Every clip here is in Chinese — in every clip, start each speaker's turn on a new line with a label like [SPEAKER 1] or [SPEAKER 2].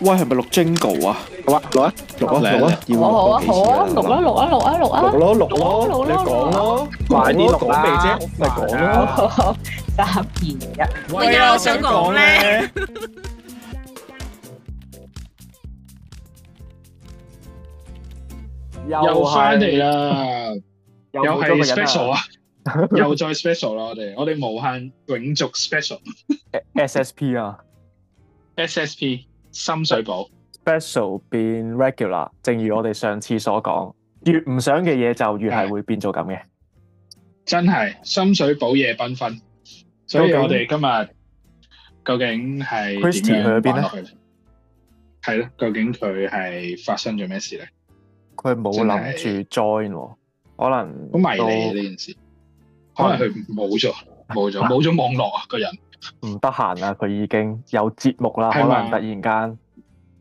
[SPEAKER 1] 喂，係咪錄 Jingle 啊？
[SPEAKER 2] 好啊，錄啊，
[SPEAKER 1] 錄啊，
[SPEAKER 3] 嚟
[SPEAKER 1] 錄啊，要
[SPEAKER 4] 好啊好
[SPEAKER 1] 錄
[SPEAKER 4] 啊好啊，
[SPEAKER 1] 錄
[SPEAKER 4] 錄啊錄啊錄啊錄
[SPEAKER 1] 錄
[SPEAKER 4] 啊！
[SPEAKER 1] 咯，錄
[SPEAKER 4] 錄
[SPEAKER 1] 咯，
[SPEAKER 4] 咯
[SPEAKER 1] 你講咯，
[SPEAKER 2] 快啲
[SPEAKER 1] 講
[SPEAKER 2] 錄啦
[SPEAKER 1] 未啫？咪講咯。
[SPEAKER 2] 啊
[SPEAKER 4] 好三二一，
[SPEAKER 5] 喂啊我想講咧。
[SPEAKER 2] 又
[SPEAKER 3] 又翻嚟
[SPEAKER 2] 啦，
[SPEAKER 3] 啦，
[SPEAKER 2] 又
[SPEAKER 3] 又係 special
[SPEAKER 2] 啊
[SPEAKER 3] 啊，又再 special 啦，我哋我哋無限永續 special
[SPEAKER 6] SSP 啊
[SPEAKER 3] SSP 深水埗，
[SPEAKER 6] ，special 變 regular，正如我哋上次所講，越唔想嘅嘢就越係會變做咁嘅。
[SPEAKER 3] 真係深水埗夜繽紛，所以我哋今日究竟係
[SPEAKER 6] Christy
[SPEAKER 3] 點
[SPEAKER 6] 去咗
[SPEAKER 3] 樣
[SPEAKER 6] 邊
[SPEAKER 3] 玩
[SPEAKER 6] 呢
[SPEAKER 3] 落去咧？係咯，究竟佢係發生咗咩事咧？
[SPEAKER 6] 佢冇諗住 join，喎可能
[SPEAKER 3] 好迷離啊
[SPEAKER 6] 都
[SPEAKER 3] 呢件事，可能佢冇咗冇咗冇咗網絡啊個人，
[SPEAKER 6] 唔得閒啦，佢已經有節目啦，可
[SPEAKER 3] 係嘛
[SPEAKER 6] 能突然間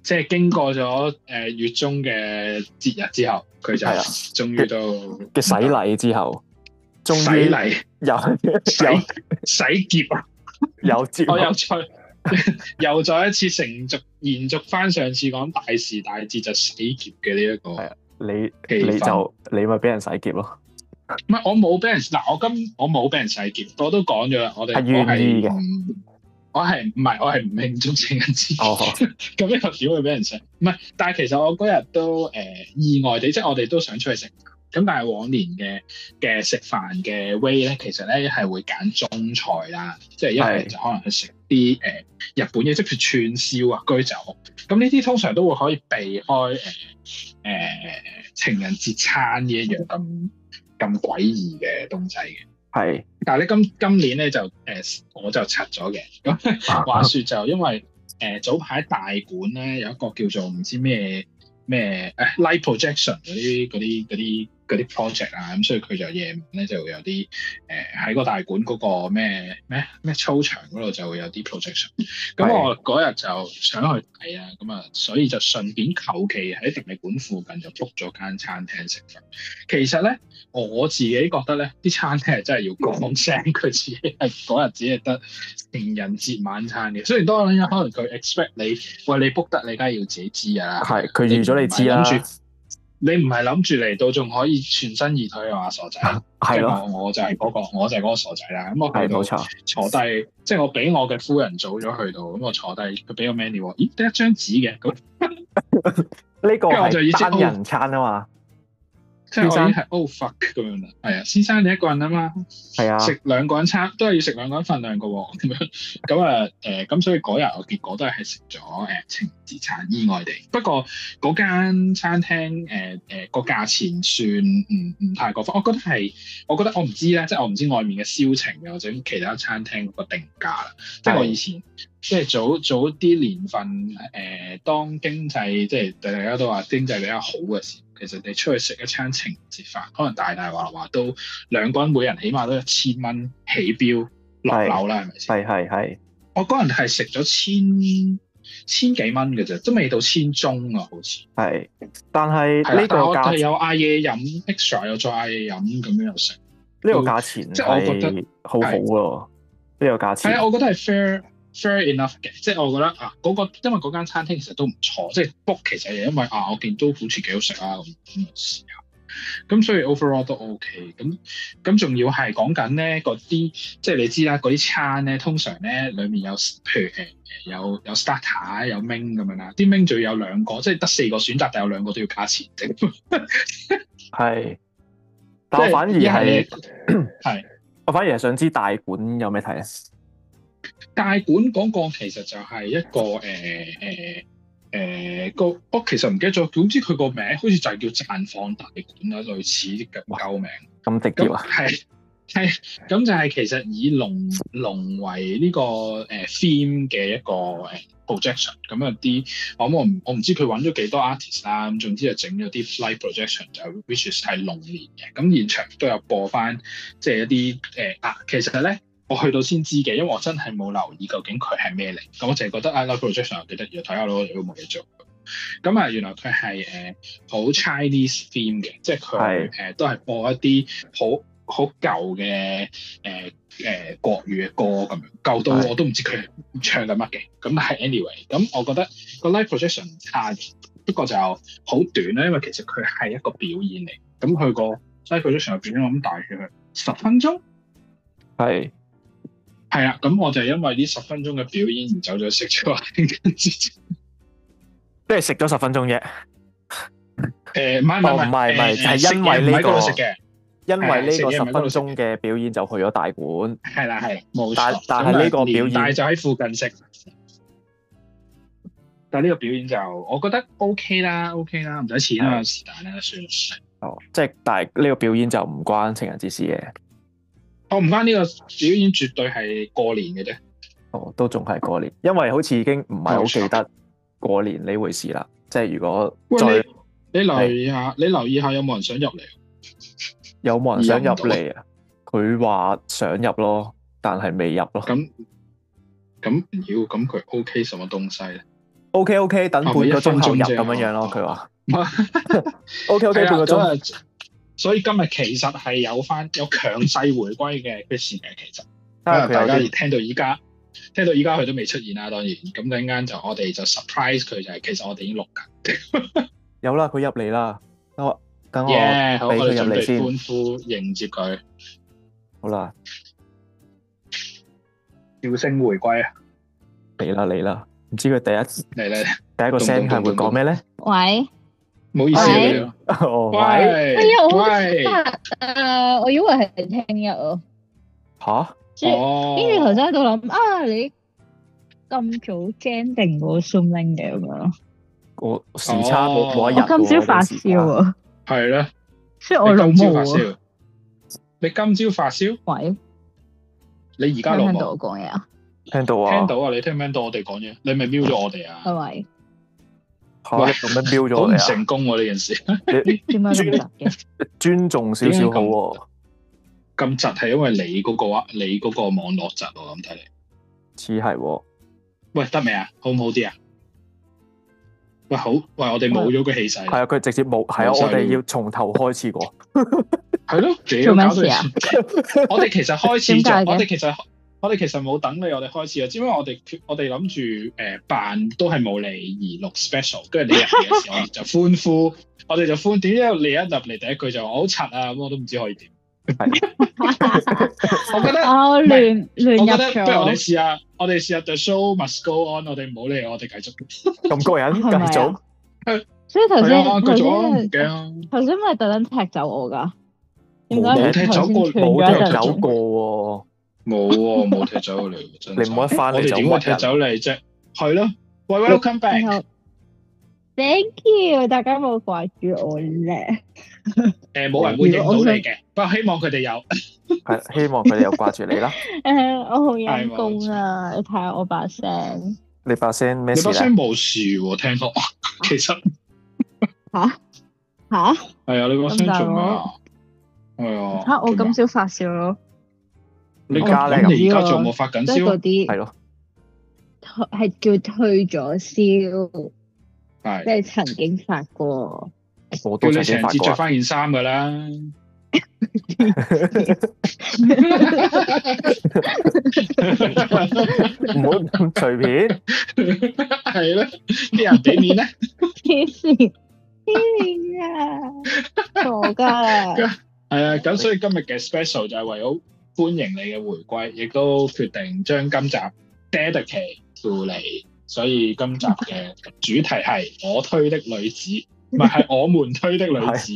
[SPEAKER 3] 即係經過咗誒月中嘅節日之後，佢就
[SPEAKER 6] 係啊
[SPEAKER 3] 終於都
[SPEAKER 6] 嘅洗禮之後，終
[SPEAKER 3] 洗
[SPEAKER 6] 於
[SPEAKER 3] 禮。
[SPEAKER 6] 有
[SPEAKER 3] 洗
[SPEAKER 6] 有
[SPEAKER 3] 洗劫 啊！
[SPEAKER 6] 有節
[SPEAKER 3] 我又
[SPEAKER 6] 目，
[SPEAKER 3] 再 又再一次承續延續翻上次講大時大節就洗劫嘅呢一個，
[SPEAKER 6] 係啊你
[SPEAKER 3] 氣氛
[SPEAKER 6] 你就你咪俾人洗劫咯，
[SPEAKER 3] 唔係我冇俾人嗱，我今我冇俾人洗劫，我都講咗啦，我哋
[SPEAKER 6] 係願
[SPEAKER 3] 我
[SPEAKER 6] 意嘅
[SPEAKER 3] 係唔我係唔係我係唔慶祝情人節
[SPEAKER 6] 哦
[SPEAKER 3] 咁呢個點會俾人洗？唔係，但係其實我嗰日都誒、呃意外地，即係我哋都想出去食飯，咁但係往年嘅嘅食飯嘅 way 咧，其實咧係會揀中菜啦，即係一係
[SPEAKER 6] 係
[SPEAKER 3] 就可能去食啲誒呃日本嘢，即係譬如串燒啊、居酒屋。咁呢啲通常都會可以避開誒誒、呃情人節餐呢一樣咁咁詭異嘅東西嘅。
[SPEAKER 6] 係
[SPEAKER 3] 但係咧今今年咧就誒、呃我就拆咗嘅。
[SPEAKER 6] 啊
[SPEAKER 3] 咁話說就因為誒、呃早排大館咧有一個叫做唔知咩咩誒 light projection 嗰啲嗰啲嗰啲嗰啲 project 啊，咁所以佢就夜晚咧就會有啲誒呃喺個大館嗰個咩咩咩操場嗰度就會有啲 projection。咁
[SPEAKER 6] 係
[SPEAKER 3] 我嗰日就想去睇啊，咁啊，所以就順便求其喺大館附近就 book 咗間餐廳食飯。其實咧，我自己覺得咧，啲餐廳係真係要講聲，佢自己係嗰日只係得情人節晚餐嘅。雖然當然啦可能佢 expect 你，喂你 book 得，你梗係要自己知㗎啦。
[SPEAKER 6] 係佢預咗你知啦
[SPEAKER 3] 你唔係，諗你唔係諗住嚟到仲可以全身而退啊嘛，傻仔！
[SPEAKER 6] 係咯，
[SPEAKER 3] 即係我我就係嗰、個，我就係嗰個傻仔啦。咁我
[SPEAKER 6] 係
[SPEAKER 3] 去到
[SPEAKER 6] 冇錯，
[SPEAKER 3] 坐低，即係我俾我嘅夫人早咗去到，咁我坐低，佢俾個 menu 我，咦得一張紙嘅，咁
[SPEAKER 6] 呢個
[SPEAKER 3] 跟住我就已
[SPEAKER 6] 係
[SPEAKER 3] 知
[SPEAKER 6] 單
[SPEAKER 3] 哦
[SPEAKER 6] 人餐啊嘛，
[SPEAKER 3] 即係
[SPEAKER 6] 先
[SPEAKER 3] 我
[SPEAKER 6] 生
[SPEAKER 3] 已經係 oh fuck 咁樣啦，係啊，先生你一個人啊嘛，
[SPEAKER 6] 係啊，
[SPEAKER 3] 食兩個人餐都係要食兩個人份量嘅喎，咁樣咁啊誒，咁、所以嗰日我結果都係食咗誒情人節餐，意外地。不過嗰間餐廳誒誒個價錢算唔唔太過分，我覺得係，我覺得我唔知咧，即係我唔知外面嘅銷情又或者其他餐廳嗰個定價啦。即係我以前即係早早啲年份誒、呃，當經濟即係大家都話經濟比較好嘅時候。其實你出去食一餐情人節飯，可能大大話話都兩個人每人起碼都一千蚊起標落樓啦，係咪先？
[SPEAKER 6] 係係係
[SPEAKER 3] 我嗰人係食咗千千幾蚊嘅啫，都未到千中啊，好似。
[SPEAKER 6] 係，但係
[SPEAKER 3] 係啦啊
[SPEAKER 6] 呢個
[SPEAKER 3] 但我
[SPEAKER 6] 價
[SPEAKER 3] 係有嗌嘢飲，extra 又再嗌嘢飲，咁樣又食。
[SPEAKER 6] 呢個價錢
[SPEAKER 3] 嗯即係我覺得
[SPEAKER 6] 係好好咯，呢個
[SPEAKER 3] 係
[SPEAKER 6] 價錢
[SPEAKER 3] 啊，我覺得係 fair fair enough 嘅，即係我覺得啊，嗰、個因為嗰間餐廳其實都唔錯，即係 book 其實係因為啊，我見都好似幾好食啊，咁咁就試下。咁所以 overall 都 OK，咁咁仲要係講緊咧嗰啲，即係你知啦，嗰啲餐咧通常咧裡面有譬如誒、呃、有有 starter 有 main 咁樣啦，啲 main 仲要有兩個，即係得四個選擇，但有兩個都要加錢整。
[SPEAKER 6] 係，但我反而
[SPEAKER 3] 即一
[SPEAKER 6] 係
[SPEAKER 3] 係
[SPEAKER 6] 我反而係想知大館有咩睇啊？
[SPEAKER 3] 大館嗰個其實就係一呃個誒誒誒個，我呃哦其實唔記得咗，總之佢個名好似就係叫綻放大館啦，類似咁舊名。
[SPEAKER 6] 咁直接
[SPEAKER 3] 咁
[SPEAKER 6] 啊？
[SPEAKER 3] 係係咁就係其實以龍龍為呢、個誒、呃 theme 嘅一個誒 projection，咁有啲我我唔我唔知佢揾咗幾多 artist 啦，咁總之就整咗啲 fly projection 就 which is 係龍年嘅，咁現場都有播翻即係一啲誒啊，其實咧。我去到先知嘅，因為我真係冇留意究竟佢係咩嚟，咁我淨係覺得啊，live projection 又幾得意，睇下咯，有冇嘢做。咁啊，原來佢係誒好 Chinese theme 嘅，即係佢
[SPEAKER 6] 係
[SPEAKER 3] 誒都係播一啲好好舊嘅誒誒國語呃嘅歌咁樣，舊到
[SPEAKER 6] 係
[SPEAKER 3] 我都唔知佢唱緊乜嘅。咁但係 anyway，咁我覺得個 live projection 唔差嘅，不過就好短啦，因為其實佢係一個表演嚟。咁佢個 live projection 嘅表演，我諗大約係十分鐘。
[SPEAKER 6] 係
[SPEAKER 3] 係啦，咁我就因為呢十分鐘嘅表演而走咗食咗 跟住
[SPEAKER 6] 即係食咗十分鐘啫，
[SPEAKER 3] 呃誒唔係唔
[SPEAKER 6] 哦
[SPEAKER 3] 係
[SPEAKER 6] 唔係唔係
[SPEAKER 3] 誒
[SPEAKER 6] 就係因
[SPEAKER 3] 食嘢
[SPEAKER 6] 為
[SPEAKER 3] 唔喺嗰
[SPEAKER 6] 呢個
[SPEAKER 3] 度食嘅，
[SPEAKER 6] 因為呢
[SPEAKER 3] 係
[SPEAKER 6] 個
[SPEAKER 3] 啊食嘢
[SPEAKER 6] 十
[SPEAKER 3] 咪嗰
[SPEAKER 6] 分
[SPEAKER 3] 度食
[SPEAKER 6] 鐘嘅表演就去咗大館，
[SPEAKER 3] 係啦係冇
[SPEAKER 6] 但
[SPEAKER 3] 錯。
[SPEAKER 6] 但係呢個表演
[SPEAKER 3] 但就喺附近食。但係呢個表演就我覺得 OK 啦，OK 啦，唔使錢啊，是但啦，算啦。
[SPEAKER 6] 哦，即係但係呢個表演就唔關情人之事嘅，
[SPEAKER 3] 我哦唔關呢個表演，絕對係過年嘅啫。
[SPEAKER 6] 哦，都仲係過年，因為好似已經唔係好記得過年呢回事啦。即係如果再
[SPEAKER 3] 喂，你你留意下，你留意下有冇人想入嚟？
[SPEAKER 6] 有冇人想入嚟啊？佢話想入咯，但係未入咯。
[SPEAKER 3] 咁咁唔要，咁佢 OK 什麼東西咧？
[SPEAKER 6] O K O K，等半個鐘後入咁樣樣咯。佢話 O K O
[SPEAKER 3] 係
[SPEAKER 6] K，
[SPEAKER 3] 啦
[SPEAKER 6] 半個鐘。
[SPEAKER 3] 咁啊所以今日其實係有翻有強勢回歸嘅 Chris 嘅，其實
[SPEAKER 6] 睇下佢
[SPEAKER 3] 啊大
[SPEAKER 6] 有
[SPEAKER 3] 家
[SPEAKER 6] 啲
[SPEAKER 3] 聽到依家，聽到依家佢都未出現啦，當然咁陣間就我哋就 surprise 佢就係其實我哋已經錄緊，
[SPEAKER 6] 有啦，佢入嚟啦。等我等我
[SPEAKER 3] 耶！好，我
[SPEAKER 6] 哦俾佢
[SPEAKER 3] 哋準
[SPEAKER 6] 入嚟
[SPEAKER 3] 備
[SPEAKER 6] 先
[SPEAKER 3] 歡呼迎接佢，
[SPEAKER 6] 好啦，
[SPEAKER 3] 笑聲回歸啊！
[SPEAKER 6] 嚟啦嚟啦。唔知佢第一
[SPEAKER 3] 嚟嚟，
[SPEAKER 6] 第一個聲係會講咩咧？
[SPEAKER 2] 喂，
[SPEAKER 3] 唔好意思啊，
[SPEAKER 2] 喂
[SPEAKER 3] 你哋
[SPEAKER 6] 哦，喂，
[SPEAKER 3] 喂，
[SPEAKER 2] 哎呀我好
[SPEAKER 3] 喂，
[SPEAKER 2] 啊，我以為係聽日啊，
[SPEAKER 6] 吓
[SPEAKER 2] 即係
[SPEAKER 3] 哦
[SPEAKER 2] 跟住頭先喺度諗啊，你咁早 jam 定個 Zoom link 嘅咁樣咯，
[SPEAKER 6] 我時差
[SPEAKER 3] 哦
[SPEAKER 6] 冇冇一日
[SPEAKER 2] 我
[SPEAKER 6] 喎。
[SPEAKER 2] 今朝發
[SPEAKER 6] 冇時間
[SPEAKER 2] 燒，啊，
[SPEAKER 3] 係啦，
[SPEAKER 2] 所以我老
[SPEAKER 3] 你今朝
[SPEAKER 2] 母
[SPEAKER 3] 發
[SPEAKER 2] 啊，
[SPEAKER 3] 燒，你今朝發燒，
[SPEAKER 2] 喂，
[SPEAKER 3] 你而家
[SPEAKER 2] 聽
[SPEAKER 3] 老
[SPEAKER 2] 唔聽到
[SPEAKER 3] 母
[SPEAKER 2] 我講嘢啊？
[SPEAKER 6] 聽到啊
[SPEAKER 3] 聽？到啊？你聽唔聽到我哋講嘢？你咪瞄咗我哋啊？
[SPEAKER 2] 係咪？
[SPEAKER 6] 嚇你做咩瞄咗
[SPEAKER 3] 好
[SPEAKER 6] 我
[SPEAKER 3] 唔
[SPEAKER 6] 哋啊？
[SPEAKER 3] 成功喎呢件事。
[SPEAKER 6] 你
[SPEAKER 2] 點解咁突嘅？
[SPEAKER 6] 尊重少少好喎，
[SPEAKER 3] 咁窒係因為你嗰、個啊，你嗰個網絡窒我咁睇嚟。
[SPEAKER 6] 似係喎。
[SPEAKER 3] 喂，得未啊？好唔好啲啊？喂，好，喂，我哋冇咗個氣勢
[SPEAKER 6] 係，啊，佢直接冇，係啊，
[SPEAKER 3] 冇晒
[SPEAKER 6] 我哋
[SPEAKER 3] 料
[SPEAKER 6] 要從頭開始 過。
[SPEAKER 3] 係咯，
[SPEAKER 2] 做
[SPEAKER 3] 屌
[SPEAKER 2] 咩
[SPEAKER 3] 搞
[SPEAKER 2] 事啊
[SPEAKER 3] 到我哋其實開始
[SPEAKER 2] 點
[SPEAKER 3] 咗，
[SPEAKER 2] 解嘅
[SPEAKER 3] 我哋其實我哋其實冇等你，我哋開始啊，只不過我哋我哋諗住誒扮都係冇你而錄 special，跟住你入嚟嘅時候我哋就歡呼，我哋就歡呼點解你一入嚟第一句就話我好柒啊，咁我都唔知可以點。 我覺得
[SPEAKER 2] 啊，我亂亂
[SPEAKER 3] 我
[SPEAKER 2] 入
[SPEAKER 3] 覺得不如我哋
[SPEAKER 2] 咗，
[SPEAKER 3] 試下，我哋試下 The show must go on，我哋唔好理，我哋繼續。
[SPEAKER 6] 咁過癮，
[SPEAKER 2] 係咪啊
[SPEAKER 6] 繼續。
[SPEAKER 2] 所以頭
[SPEAKER 3] 係
[SPEAKER 2] 先
[SPEAKER 3] 啊，
[SPEAKER 2] 頭
[SPEAKER 3] 繼續啊，唔
[SPEAKER 2] 先
[SPEAKER 3] 驚。
[SPEAKER 2] 頭先咪特登踢走我㗎，點解
[SPEAKER 6] 冇
[SPEAKER 2] 你
[SPEAKER 3] 踢走
[SPEAKER 2] 頭先
[SPEAKER 3] 過
[SPEAKER 2] 斷
[SPEAKER 6] 冇
[SPEAKER 2] 咗一
[SPEAKER 6] 踢
[SPEAKER 2] 陣
[SPEAKER 6] 走
[SPEAKER 2] 先
[SPEAKER 6] 過喎，
[SPEAKER 3] 冇喎，冇踢走你喎，真係。
[SPEAKER 6] 你唔好一翻
[SPEAKER 3] 我
[SPEAKER 6] 嚟
[SPEAKER 3] 哋
[SPEAKER 6] 就
[SPEAKER 3] 點會
[SPEAKER 6] 屈
[SPEAKER 3] 踢
[SPEAKER 6] 人。
[SPEAKER 3] 走你啫？係咯，喂，welcome back。
[SPEAKER 2] 然後 Thank you，大家冇掛住我咧。
[SPEAKER 3] 誒，冇人會認到你嘅，不過希望佢哋有。
[SPEAKER 6] 係希望佢哋又掛住你 啦。
[SPEAKER 2] 誒、我好陰公啊！你睇下我把聲
[SPEAKER 6] 你把聲咩
[SPEAKER 3] 你
[SPEAKER 6] 事
[SPEAKER 3] 把
[SPEAKER 6] 咧？
[SPEAKER 3] 聲冇事喎，聽 落。其實
[SPEAKER 2] 吓
[SPEAKER 3] 係啊，你把聲
[SPEAKER 2] 咁大
[SPEAKER 3] 做咩啊
[SPEAKER 2] 鑊？
[SPEAKER 3] 係啊。
[SPEAKER 2] 吓，我
[SPEAKER 3] 做咩
[SPEAKER 2] 咁少發燒咯，
[SPEAKER 3] 你
[SPEAKER 6] 而家咧
[SPEAKER 3] 咁你而家
[SPEAKER 2] 咁
[SPEAKER 3] 仲有冇發緊
[SPEAKER 2] 即
[SPEAKER 3] 燒
[SPEAKER 2] 係嗰
[SPEAKER 3] 啊？
[SPEAKER 6] 係
[SPEAKER 2] 啲
[SPEAKER 6] 咯，
[SPEAKER 2] 係叫退咗燒，即
[SPEAKER 3] 係。
[SPEAKER 2] 係曾經發過。
[SPEAKER 6] 我都
[SPEAKER 3] 叫你成
[SPEAKER 6] 曾經發
[SPEAKER 3] 節
[SPEAKER 6] 過
[SPEAKER 3] 着
[SPEAKER 6] 啊。
[SPEAKER 3] 翻件衫㗎 啦。
[SPEAKER 6] 啊唔好咁 隨便。
[SPEAKER 3] 係咯，啲人俾面咧。
[SPEAKER 2] 黐線，黐線 啊！傻噶，
[SPEAKER 3] 係啊，咁所以今日嘅 special 就係為咗歡迎你嘅回歸，亦都決定將今集 dedicate to 你，所以今集嘅主題係我推的女子，唔係係我們推的女子，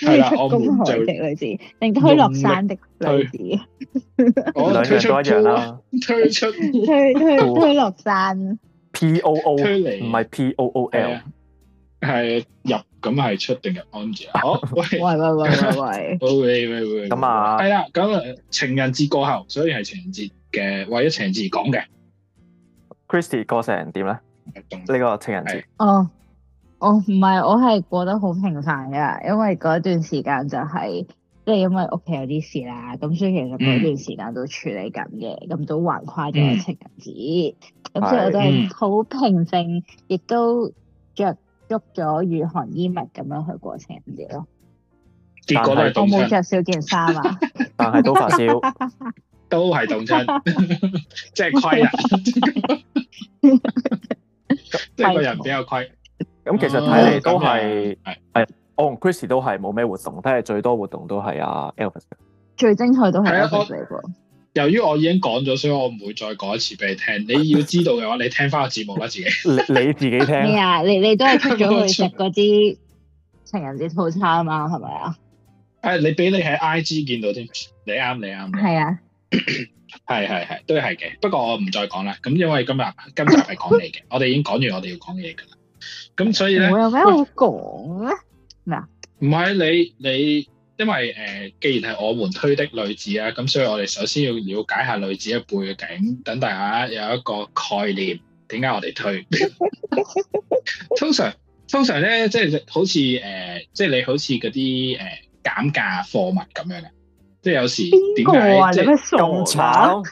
[SPEAKER 3] 係
[SPEAKER 2] 推
[SPEAKER 3] 啦，
[SPEAKER 2] 出
[SPEAKER 3] 我們
[SPEAKER 2] 公海
[SPEAKER 3] 就
[SPEAKER 2] 的女子，定推落山的女子，
[SPEAKER 3] 我
[SPEAKER 6] 兩
[SPEAKER 3] 推
[SPEAKER 6] 樣
[SPEAKER 3] 出
[SPEAKER 6] 都一樣啦。
[SPEAKER 3] 推出
[SPEAKER 2] 推推推落 山，
[SPEAKER 6] P O O
[SPEAKER 3] 推
[SPEAKER 6] 唔
[SPEAKER 3] 嚟，
[SPEAKER 6] 係 P O O
[SPEAKER 3] 係
[SPEAKER 6] L，
[SPEAKER 3] 啊係入咁係出定入安住啊？好，
[SPEAKER 2] 喂
[SPEAKER 3] 喂。
[SPEAKER 2] 喂喂喂喂，
[SPEAKER 3] 喂喂喂喂，
[SPEAKER 6] 咁啊
[SPEAKER 3] 係啦，咁啊情人節過後，所以係情人節嘅，為咗情人節而講嘅
[SPEAKER 6] Christy 過成點咧？呢個情人節
[SPEAKER 2] 哦，哦，唔係，我係過得好平凡㗎，因為嗰段時間就係即係因為屋企有啲事啦，咁所以其實嗰段時間都處理緊嘅，咁都橫跨
[SPEAKER 3] 嗯
[SPEAKER 2] 咗情人節，咁所以我都
[SPEAKER 3] 係嗯
[SPEAKER 2] 係好平靜，亦都着足咗御寒衣物咁樣去過情人節咯。
[SPEAKER 3] 結果都係
[SPEAKER 2] 我
[SPEAKER 3] 凍
[SPEAKER 2] 冇
[SPEAKER 3] 親，
[SPEAKER 2] 着少件衫啊，
[SPEAKER 6] 但係都發 燒。
[SPEAKER 3] 都係凍親，即係虧啦， 即係個人比較虧。
[SPEAKER 6] 咁其實睇你
[SPEAKER 3] 哦
[SPEAKER 6] 都
[SPEAKER 3] 咁樣
[SPEAKER 6] 係
[SPEAKER 3] 係
[SPEAKER 6] 係，我同 Christy 都係冇咩活動，睇係最多活動都係阿 Elvis。
[SPEAKER 2] 最精彩都係
[SPEAKER 3] 係啊
[SPEAKER 2] Elvis 嚟喎。
[SPEAKER 3] 由於我已經講咗，所以我唔會再講一次俾你聽。你要知道嘅話，你聽翻個節目啦，自己。
[SPEAKER 6] 你你自己
[SPEAKER 2] 咩
[SPEAKER 6] 聽，
[SPEAKER 2] 啊？ 你你都係出咗去 食嗰啲情人節套餐啊嘛？係咪啊？
[SPEAKER 3] 誒，哎你俾你喺 IG 見到添，你啱，你啱。
[SPEAKER 2] 係啊，
[SPEAKER 3] 係係係，都係嘅。不過我唔再講啦，咁因為今日今集係講你嘅，我哋已經講完我哋要講嘅嘢㗎啦。咁所以咧，
[SPEAKER 2] 我有咩好講啊咧？
[SPEAKER 3] 唔係你你，因為誒、呃既然係我們推的女子啊，咁所以我哋首先要了解下女子嘅背景，等大家有一個概念，點解我哋 推？通常通常咧，即係好似誒、呃即係你好似嗰啲誒呃減價貨物咁樣嘅，即係有時點
[SPEAKER 2] 邊個
[SPEAKER 3] 解
[SPEAKER 2] 啊？
[SPEAKER 3] 即
[SPEAKER 2] 你
[SPEAKER 3] 係
[SPEAKER 2] 咩傻
[SPEAKER 6] 咁
[SPEAKER 2] 㗎？
[SPEAKER 6] 慘，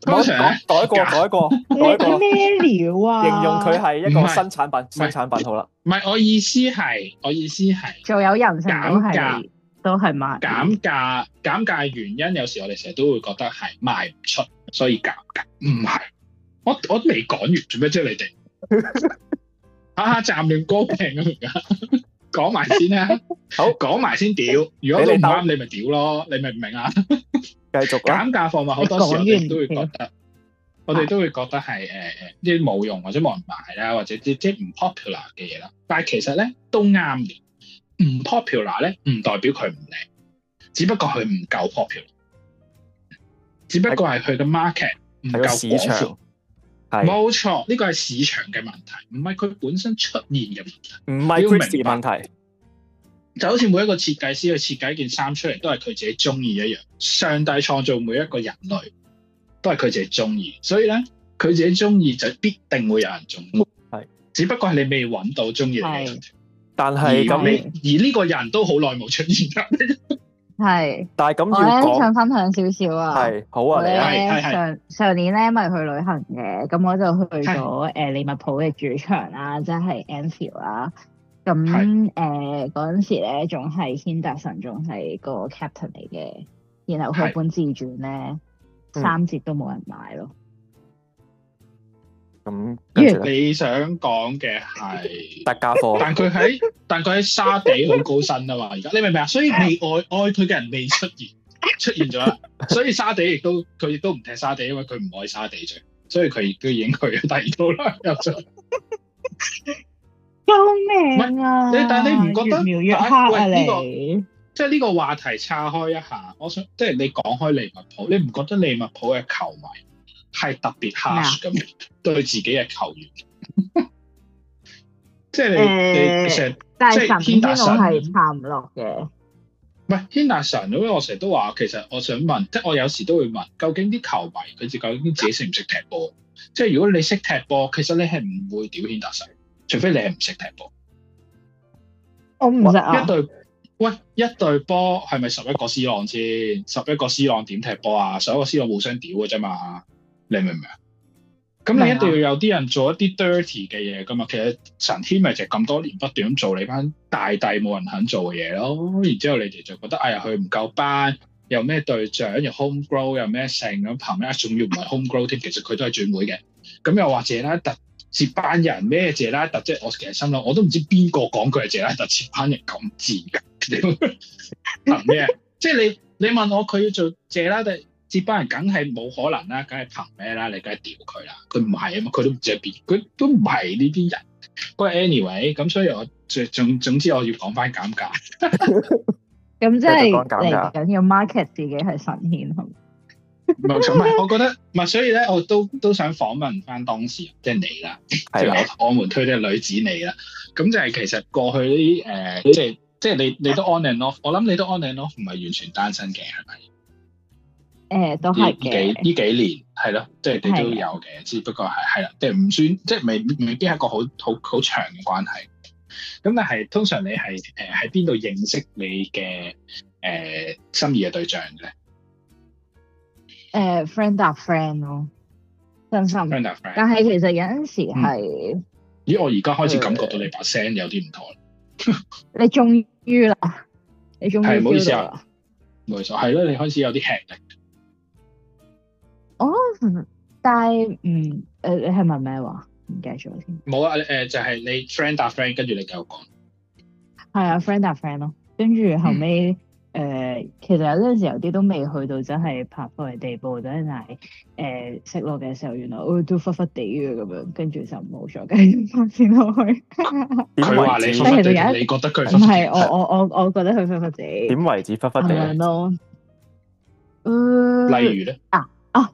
[SPEAKER 3] 通常咧
[SPEAKER 6] 改過改過
[SPEAKER 2] 你
[SPEAKER 6] 改過
[SPEAKER 2] 啲，咩料啊？
[SPEAKER 6] 形容佢係一
[SPEAKER 3] 唔
[SPEAKER 6] 個
[SPEAKER 3] 係
[SPEAKER 6] 新產品，新產品好啦。
[SPEAKER 3] 唔係我意思係我意思係。
[SPEAKER 2] 做有人性都
[SPEAKER 3] 減價
[SPEAKER 2] 係都係賣
[SPEAKER 3] 減價減價嘅原因，有時我哋成日都會覺得係賣唔出，所以減價。唔係，我我未講完做咩啫？你哋下下站亂歌病咁而家，講埋先啦。
[SPEAKER 6] 好
[SPEAKER 3] 講埋先屌。如果都唔
[SPEAKER 6] 俾你兜
[SPEAKER 3] 啱，你咪屌咯。你明唔明啊？
[SPEAKER 6] 繼續啦，
[SPEAKER 3] 減價貨物好多時我
[SPEAKER 2] 你講完嗯
[SPEAKER 3] 哋都會覺得，我哋都會覺得係誒誒啲冇用或者冇人買啦，或者啲即係唔 popular 嘅嘢啦。但係其實咧都啱嘅，唔 popular 咧唔代表佢唔靚，只不過佢唔夠 popular，只不過係佢嘅 market 唔夠
[SPEAKER 6] 係個
[SPEAKER 3] 廣
[SPEAKER 6] 市
[SPEAKER 3] 闊
[SPEAKER 6] 場。係
[SPEAKER 3] 冇錯，呢個係市場嘅問題，唔係佢本身出現嘅問題。
[SPEAKER 6] 唔係
[SPEAKER 3] 要明
[SPEAKER 6] Christy
[SPEAKER 3] 白
[SPEAKER 6] 問題？
[SPEAKER 3] 就好似每一個設計師去設計一件衫出嚟，都係佢自己中意一樣。上帝創造每一個人類，都係佢自己中意，所以咧佢自己中意就必定會有人中意。
[SPEAKER 6] 係，
[SPEAKER 3] 只不過係你未揾到中意你嘅人，
[SPEAKER 6] 但
[SPEAKER 3] 而
[SPEAKER 6] 係咁，
[SPEAKER 2] 你
[SPEAKER 3] 你而呢個人都好耐冇出現啦。
[SPEAKER 2] 係。
[SPEAKER 6] 但係咁
[SPEAKER 2] 我
[SPEAKER 6] 要
[SPEAKER 2] 咧想
[SPEAKER 6] 講
[SPEAKER 2] 分享少少啊。
[SPEAKER 6] 係好
[SPEAKER 2] 我
[SPEAKER 6] 啊，你
[SPEAKER 2] 咧
[SPEAKER 6] 啊，
[SPEAKER 3] 係係係
[SPEAKER 2] 上上年咧咪去旅行嘅，咁我就去咗誒利物浦嘅主場啦，即係 Anfield 啦。咁誒嗰陣時咧，仲係軒達臣仲係個 captain 嚟嘅，然後佢
[SPEAKER 3] 係
[SPEAKER 2] 本自傳咧
[SPEAKER 6] 嗯
[SPEAKER 2] 三折都冇人買咯。
[SPEAKER 6] 咁跟住咧
[SPEAKER 3] 你想講嘅係，
[SPEAKER 6] 特價貨
[SPEAKER 3] 但佢喺但佢喺沙地好高薪啊嘛。而家你明唔明啊？所以未愛愛佢嘅人未出現，出現咗啦。所以沙地亦都佢亦都唔踢沙地，因為佢唔愛沙地啫。所以佢亦都已經去咗第二度啦，又再
[SPEAKER 2] 啊救命啊！
[SPEAKER 3] 唔係你但係你唔覺得
[SPEAKER 2] 越描越黑啊
[SPEAKER 3] 但係喂
[SPEAKER 2] 你？
[SPEAKER 3] 即係呢個話題岔開一下，我想即係你講開利物浦，你唔覺得利物浦嘅球迷係特別 harsh 咁樣對自己嘅球 員？即係你、
[SPEAKER 2] 誒
[SPEAKER 3] 你成日
[SPEAKER 2] 但
[SPEAKER 3] 即
[SPEAKER 2] 係
[SPEAKER 3] 係
[SPEAKER 2] 神
[SPEAKER 3] 軒
[SPEAKER 2] 仙
[SPEAKER 3] 達
[SPEAKER 2] 我
[SPEAKER 3] 臣
[SPEAKER 2] 係撐唔落嘅，
[SPEAKER 3] 唔係軒達臣咁樣，我成日都話其實我想問，即係我有時都會問，究竟啲球迷佢哋究竟自己識唔識踢波？即係如果你識踢波，其實你係唔會屌軒達臣，除非你係唔識踢波。
[SPEAKER 2] 我唔識啊
[SPEAKER 3] 一。隊喂一隊波係咪十一個 C 朗先？十一個 C 朗點踢波啊？十一個 C 朗互相屌嘅啫嘛，你明唔明啊？咁你
[SPEAKER 2] 明
[SPEAKER 3] 一
[SPEAKER 2] 啊
[SPEAKER 3] 定要有啲人做一啲 dirty 嘅嘢噶嘛。其實神天咪就係咁多年不斷咁做你班大帝冇人肯做嘅嘢咯。然之後你哋就覺得哎呀佢唔夠班，又咩隊長，又 home grow，又咩性咁，憑咩仲要唔係 home grow 添？其實佢都係轉會嘅。咁又話謝拉特接班人咩謝拉特啫？我其實心諗我都唔知邊個講佢係謝拉特接班人咁賤㗎，屌憑咩？啊即係你你問我佢要做謝拉特接班人，梗係冇可能啦，梗係憑咩啦？你梗係屌佢啦，佢唔係啊嘛，佢都唔知係邊，佢都唔係呢啲人。不過 anyway，咁所以我最總總之我要講翻減價。
[SPEAKER 2] 咁即
[SPEAKER 6] 繼
[SPEAKER 2] 係
[SPEAKER 6] 續講減價
[SPEAKER 2] 嚟緊要 market 自己係神仙，係咪？
[SPEAKER 3] 唔係，唔係，我覺得唔係，所以咧，我都都想訪問翻當事人，即係你啦，即
[SPEAKER 6] 係啦
[SPEAKER 3] 係我我們推嘅女子你啦。咁就係其實過去呢啲誒，即係即係你你都 on and off，我諗你都 on and off，唔係完全單身嘅，係咪？
[SPEAKER 2] 誒呃都
[SPEAKER 3] 呢
[SPEAKER 2] 係
[SPEAKER 3] 呢
[SPEAKER 2] 嘅，
[SPEAKER 3] 幾呢幾年係咯，哦即係你都
[SPEAKER 2] 係
[SPEAKER 3] 有嘅，只不過係係啦，即係唔算，即係未未必係一個好好好長嘅關係。咁但係通常你係誒喺邊度認識你嘅誒、呃心儀嘅對象嘅咧
[SPEAKER 2] 誒呃 friend 搭 friend 咯，真心。
[SPEAKER 3] ？friend 啊 friend，
[SPEAKER 2] 但係其實有陣時
[SPEAKER 3] 嗯
[SPEAKER 2] 係
[SPEAKER 3] 咦，我而家開始感覺到你把聲有啲唔妥啦。
[SPEAKER 2] 你終於啦，你終於
[SPEAKER 3] 係唔好意思
[SPEAKER 2] feel
[SPEAKER 3] 啊
[SPEAKER 2] 到啦。
[SPEAKER 3] 冇錯，係咯，你開始有啲吃力。
[SPEAKER 2] 但係嗯誒，你係問咩話？唔記得咗添。
[SPEAKER 3] 冇啊，誒、就係、你 friend 搭 friend，跟住你繼續講。
[SPEAKER 2] 係啊，friend 搭 friend 咯。跟住後
[SPEAKER 3] 嗯
[SPEAKER 2] 尾誒、呃其實有陣時有啲都未去到真係拍拖嘅地步，真係誒識落嘅時候，原來我都忽忽地嘅咁樣，跟住就冇咗，跟住發展落 去。
[SPEAKER 6] 點
[SPEAKER 3] 佢話你
[SPEAKER 6] 為
[SPEAKER 3] 忽
[SPEAKER 6] 之
[SPEAKER 2] 忽
[SPEAKER 3] 忽
[SPEAKER 2] 忽
[SPEAKER 3] 地，
[SPEAKER 2] 地
[SPEAKER 3] 你覺得佢
[SPEAKER 2] 唔
[SPEAKER 3] 忽忽
[SPEAKER 2] 係
[SPEAKER 3] 地，
[SPEAKER 2] 我我我我覺得佢忽忽地
[SPEAKER 6] 點為之忽忽
[SPEAKER 2] 咁
[SPEAKER 6] 地
[SPEAKER 2] 樣
[SPEAKER 6] 咧？
[SPEAKER 2] 咯。嗯
[SPEAKER 3] 啊例如咧，
[SPEAKER 2] 啊，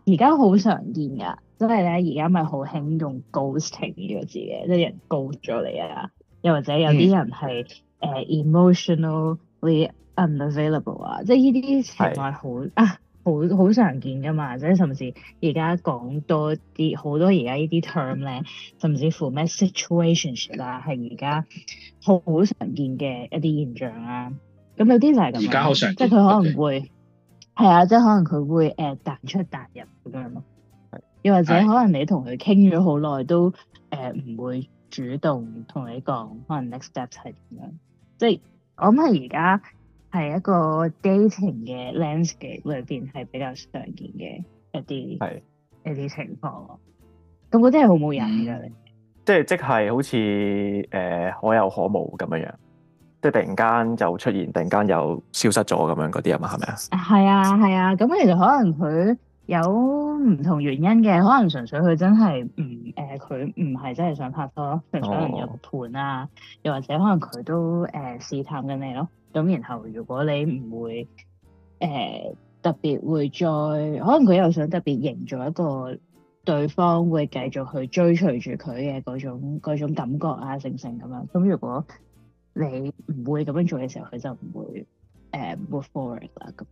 [SPEAKER 2] 而家好常見㗎，即係咧，而家咪好興用 ghosting 呢個字嘅，即係人 ghost 咗你啊，又或者有啲人係誒、呃 emotionally unavailable 啊，即係呢啲情況好啊，好好常見㗎嘛，即係甚至而家講多啲好多而家呢啲 term 咧，甚至乎咩 situationship 啦，係而家好好常見嘅一啲現象啦、咁有啲就係咁樣咯，
[SPEAKER 3] 而家好常見
[SPEAKER 2] 即係佢可能會係啊，即係可能佢會誒彈出彈入咁樣咯。又或者
[SPEAKER 3] 係
[SPEAKER 2] 可能你同佢傾咗好耐都誒唔會主動同你講，可能 next step 係點樣。即係我諗係而家係一個 dating 嘅 landscape 裏邊係比較常見嘅一啲
[SPEAKER 6] 係
[SPEAKER 2] 一啲情況咯。咁嗰啲係好冇癮
[SPEAKER 3] 嗯
[SPEAKER 2] 㗎，你
[SPEAKER 6] 即係即係好似誒、呃可有可無咁樣樣，即係突然間就出現，突然間又消失咗咁樣嗰啲啊嘛，係咪啊？
[SPEAKER 2] 係啊，係啊，咁其實可能佢有唔同原因嘅，可能純粹佢真係唔誒，佢唔係真係想拍拖咯，純粹可能有個伴啊，又或者可能佢都誒、呃試探緊你咯。咁然後如果你唔會誒、呃特別會再，可能佢又想特別營造一個對方會繼續去追隨住佢嘅嗰種嗰種感覺啊，成成咁樣。咁如果你唔會咁樣做嘅時候，佢就唔會。誒 move forward 啦，咁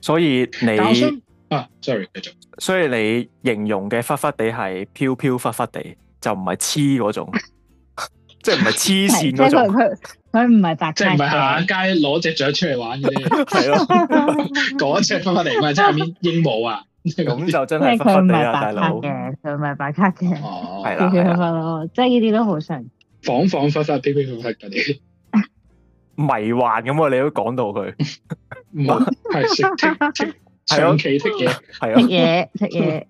[SPEAKER 6] 所以
[SPEAKER 3] 但我想
[SPEAKER 6] 你
[SPEAKER 3] 啊，sorry，繼續。
[SPEAKER 6] 所以你形容嘅忽忽地係飄飄忽忽地，就唔係黐嗰 種，即係唔係黐
[SPEAKER 2] 係
[SPEAKER 6] 線
[SPEAKER 2] 即
[SPEAKER 6] 嗰
[SPEAKER 2] 係佢
[SPEAKER 6] 種，
[SPEAKER 2] 佢佢唔係白
[SPEAKER 3] 即係唔係行
[SPEAKER 2] 卡
[SPEAKER 3] 下街攞隻雀出嚟玩嘅啫，
[SPEAKER 6] 係咯。
[SPEAKER 3] 嗰隻忽忽地，唔係即係面鸚鵡啊。
[SPEAKER 6] 咁就真係
[SPEAKER 2] 嘅，即係
[SPEAKER 6] 忽
[SPEAKER 2] 佢唔
[SPEAKER 6] 忽地啦，大
[SPEAKER 2] 係白卡
[SPEAKER 6] 佬。
[SPEAKER 2] 嘅，佢唔係白卡嘅，
[SPEAKER 3] 哦，
[SPEAKER 6] 係啦，
[SPEAKER 2] 佢
[SPEAKER 6] 係
[SPEAKER 2] 佢
[SPEAKER 6] 啦，
[SPEAKER 2] 佢咯，即係呢啊啲都好常見。
[SPEAKER 3] 恍恍惚惚、飄飄忽忽嗰啲，
[SPEAKER 6] 迷幻咁啊喎，你都講到佢，
[SPEAKER 3] 冇係食 剔剔長期剔嘢。
[SPEAKER 6] 係
[SPEAKER 2] 食
[SPEAKER 6] 啊，
[SPEAKER 2] 嘢食嘢，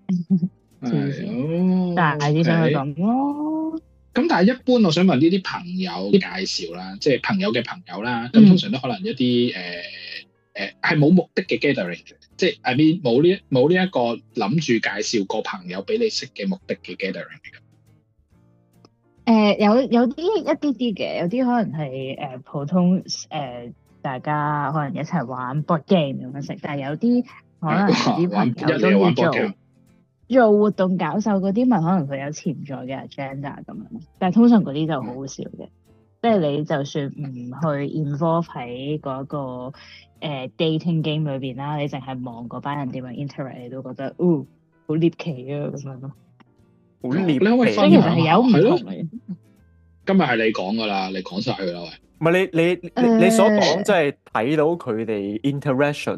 [SPEAKER 2] 嗯
[SPEAKER 3] 係哦，
[SPEAKER 2] 大啲想去
[SPEAKER 3] OK
[SPEAKER 2] 咁咯。
[SPEAKER 3] 咁但係一般，我想問呢啲朋友介紹啦，即係朋友嘅朋友啦，
[SPEAKER 2] 嗯
[SPEAKER 3] 咁通常都可能一啲誒誒係冇目的嘅 gathering，即係 I mean 冇呢冇呢一個諗住介紹個朋友俾你識嘅目的嘅 gathering 嚟㗎。
[SPEAKER 2] 誒有有啲一啲啲嘅，有啲可能係誒普通誒大家可能一齊玩 board game 咁樣食，但係有啲可能啲
[SPEAKER 3] 玩
[SPEAKER 2] 朋友
[SPEAKER 3] 一
[SPEAKER 2] 都
[SPEAKER 3] 夜
[SPEAKER 2] 要
[SPEAKER 3] 玩 b o
[SPEAKER 2] 做
[SPEAKER 3] a game，
[SPEAKER 2] 做活動搞手嗰啲，咪可能佢有潛在嘅 agenda 咁樣咯。但係通常嗰啲就好好少嘅，即係你就算唔去 involve 喺嗰、個、呃、dating game 裏邊啦，你淨係望嗰班人點樣 interact，你都覺得，哦，好獵奇啊咁樣咯。
[SPEAKER 6] 好
[SPEAKER 3] 你可唔可以
[SPEAKER 2] 所
[SPEAKER 3] 分
[SPEAKER 2] 以其
[SPEAKER 3] 享下
[SPEAKER 2] 實係有唔
[SPEAKER 3] 係咯
[SPEAKER 2] 同嘅，
[SPEAKER 3] 今日係你講㗎啦，你講晒佢啦喂。
[SPEAKER 6] 唔係你你你你所講，即係睇到佢哋 interaction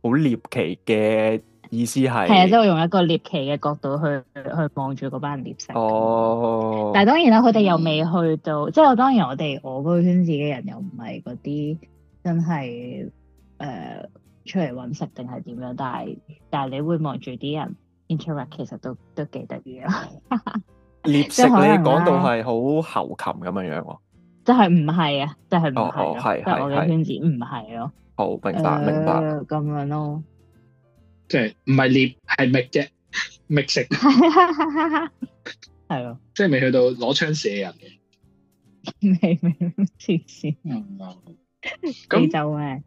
[SPEAKER 6] 好獵奇嘅意思係，
[SPEAKER 2] 係啊，即係我用一個獵奇嘅角度去去望住嗰班人獵食。
[SPEAKER 6] 哦，
[SPEAKER 2] 但係當然啦，佢哋又未去到，即係我當然我哋我嗰個圈子嘅人又唔係嗰啲真係誒、呃出嚟揾食定係點樣，但係但係你會望住啲人 interact，其實都都幾得意啊！
[SPEAKER 6] 獵
[SPEAKER 2] 即
[SPEAKER 6] 食
[SPEAKER 2] 係可能啦
[SPEAKER 6] 你講到係好喉琴咁樣樣喎，
[SPEAKER 2] 即係唔係啊？即係唔係
[SPEAKER 6] 哦哦
[SPEAKER 2] 咯？
[SPEAKER 6] 係
[SPEAKER 2] 即係我
[SPEAKER 6] 係
[SPEAKER 2] 嘅圈子唔係咯。
[SPEAKER 6] 好明白明白，
[SPEAKER 2] 誒咁 樣咯。
[SPEAKER 3] 即係唔係獵係覓啫，覓食，
[SPEAKER 2] 係咯，
[SPEAKER 3] 即係未去到攞槍射人嘅。
[SPEAKER 2] 未未黐線，
[SPEAKER 3] 咁
[SPEAKER 2] 你就咩？
[SPEAKER 3] 啊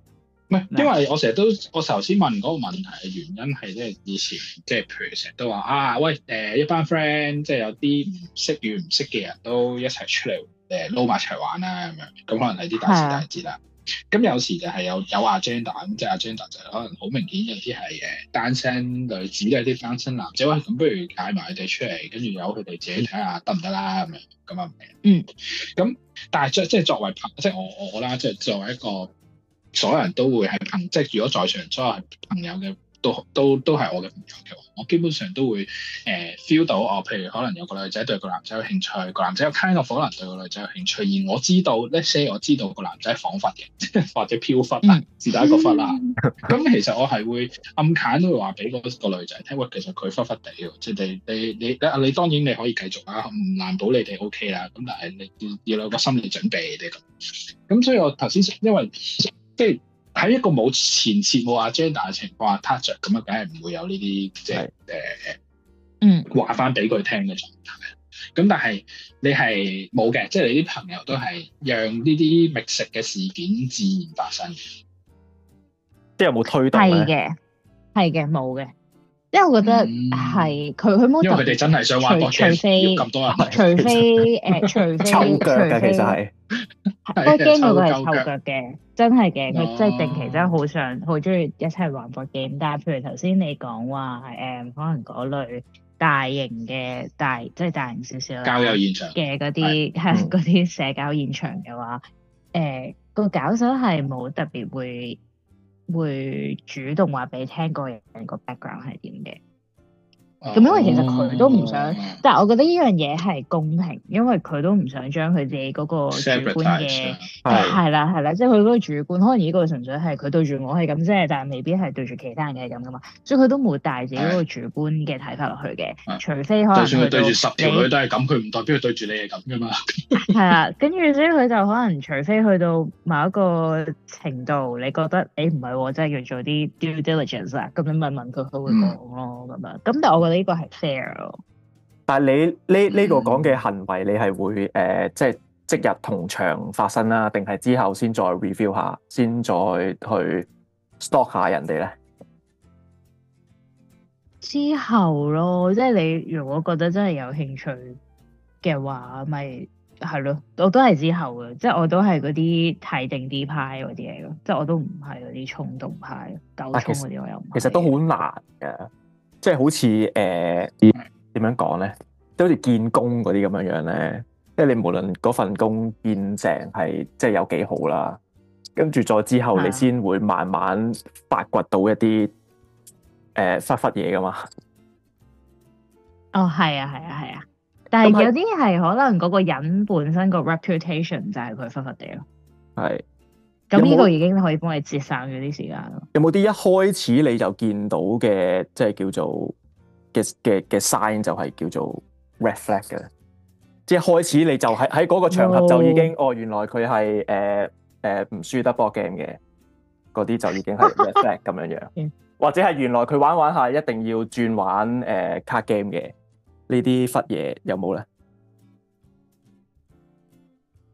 [SPEAKER 3] 唔係，因為我成日都我頭先問嗰個問題嘅原因係即係以前即係譬如成日都話啊，喂誒、一班 friend 即係有啲唔識與唔識嘅人都一齊出嚟誒撈埋一齊玩啦咁樣，咁可能係啲大時大節啦。咁有時就係有有 agenda 咁，即係 agenda 就係可能好明顯有啲係誒單身女子，有啲單身男仔，喂咁不如嗌埋佢哋出嚟，跟住由佢哋自己睇下得唔得啦咁樣，咁啊唔係
[SPEAKER 2] 嗯，
[SPEAKER 3] 咁但係作即係作為朋，即係我我我啦，即係作為一個所有人都會係朋，即係如果在場所有朋友嘅都都都係我嘅朋友嘅話，我基本上都會誒呃 feel、到我，譬如可能有個女仔對個男仔有興趣，個男仔有 kind of 可能對個女仔有興趣，而我知道 let's say 我知道個男仔係彷佛嘅， 或者飄忽啦，是但一個忽
[SPEAKER 6] 啊
[SPEAKER 3] 啦。咁其實我係會暗揀都會話俾嗰個女仔聽，喂，其實佢忽忽地喎，即係你你你啊，你當然你可以繼續啦，唔難保你哋 O K 啦。咁但係你要要有個心理準備你哋咁。咁所以我頭先因為即係喺一個冇前設冇 agenda 嘅情況下撻着，咁啊，梗係唔會有呢啲即係誒
[SPEAKER 6] 係
[SPEAKER 2] 嗯
[SPEAKER 3] 誒話翻俾佢聽嘅狀態。咁但係你係冇嘅，即係你啲朋友都係讓呢啲覓食嘅事件自然發生嘅。
[SPEAKER 6] 即係有冇推動
[SPEAKER 2] 係
[SPEAKER 6] 咧？
[SPEAKER 2] 嘅，係嘅，冇嘅。因為我覺得
[SPEAKER 3] 嗯
[SPEAKER 2] 係佢佢冇
[SPEAKER 3] 因為
[SPEAKER 2] 特
[SPEAKER 3] 佢哋真係想玩
[SPEAKER 2] 除
[SPEAKER 3] b o 要
[SPEAKER 2] 除非
[SPEAKER 3] 咁多人
[SPEAKER 2] 除非誒，除非
[SPEAKER 6] 抽腳嘅
[SPEAKER 2] 除非
[SPEAKER 6] 其實係
[SPEAKER 2] 我驚佢個係臭腳嘅，真係嘅，
[SPEAKER 3] 哦
[SPEAKER 2] 佢真係定期真係好想好中意一齊玩 board game。但係譬如頭先你講話誒，可能嗰類大型嘅大即係大型少少啦
[SPEAKER 3] 交友現場，
[SPEAKER 2] 嘅嗰啲係
[SPEAKER 6] 嗯
[SPEAKER 2] 嗰啲社交現場嘅話，誒個搞手係冇特別會會主動話俾你聽個人個 background 係點嘅。
[SPEAKER 3] 咁
[SPEAKER 2] 咁因為其實佢都唔
[SPEAKER 3] 嗯
[SPEAKER 2] 想但係我覺得呢樣嘢係公平，因為佢都唔想將佢自己嗰個主觀嘅
[SPEAKER 3] sabotage 啊
[SPEAKER 6] 係
[SPEAKER 2] 係啦係啦，即係佢嗰個主觀，可能呢個純粹係佢對住我係咁啫，但係未必係對住其他人嘅係咁噶嘛，所以佢都冇帶自己嗰個主觀嘅睇法落去嘅
[SPEAKER 3] 係，
[SPEAKER 2] 除非可能
[SPEAKER 3] 啊就算佢
[SPEAKER 2] 去到
[SPEAKER 3] 對住十條
[SPEAKER 2] 你
[SPEAKER 3] 女都係咁，佢唔代表佢對住你係咁噶嘛。
[SPEAKER 2] 係啦，跟住所以佢就可能除非去到某一個程度，你覺得誒唔係喎，真係要做啲 due diligence 啊啦，咁你問問佢，佢會講咯咁樣。
[SPEAKER 6] 嗯
[SPEAKER 2] 咁但係我覺得呢個係 fair 咯，
[SPEAKER 6] 但係你
[SPEAKER 2] 嗯
[SPEAKER 6] 呢呢個講嘅行為，你係會誒、呃即係即日同場發生啦，定係之後先再 review 下，先再去 stalk 下人哋咧？
[SPEAKER 2] 之後咯，即係你如果覺得真係有興趣嘅話，咪係咯，我都係之後嘅，即係我都係嗰啲睇定啲派嗰啲嚟咯，即係我都唔係嗰啲衝動派、狗衝嗰啲我又唔係
[SPEAKER 6] 其實都好難嘅，即係好似誒點樣講咧，即係好似見工嗰啲咁樣樣咧，即係你無論嗰份工見正係即係有幾好啦，跟住再之後
[SPEAKER 2] 係啊
[SPEAKER 6] 你先會慢慢發掘到一啲誒忽忽嘢噶嘛，
[SPEAKER 2] 哦，係啊，係啊，係啊。但
[SPEAKER 6] 咁
[SPEAKER 2] 係
[SPEAKER 6] 係
[SPEAKER 2] 有啲係可能嗰個人本身個 reputation 就係佢忽忽地咯。
[SPEAKER 6] 係
[SPEAKER 2] 咁
[SPEAKER 6] 有
[SPEAKER 2] 呢
[SPEAKER 6] 冇
[SPEAKER 2] 個已經可以幫你節省咗啲時間咯。
[SPEAKER 6] 有冇啲一開始你就見到嘅即係叫做嘅嘅嘅 sign 就係叫做 red flag 嘅咧？即係一開始你就喺喺嗰個場合就已經哦，原來佢係誒誒唔輸得 board game 嘅嗰啲就已經係 red flag 咁樣樣
[SPEAKER 2] 嗯，
[SPEAKER 6] 或者係原來佢玩玩下一定要轉玩誒、呃、卡 game 嘅呢啲忽嘢有冇咧？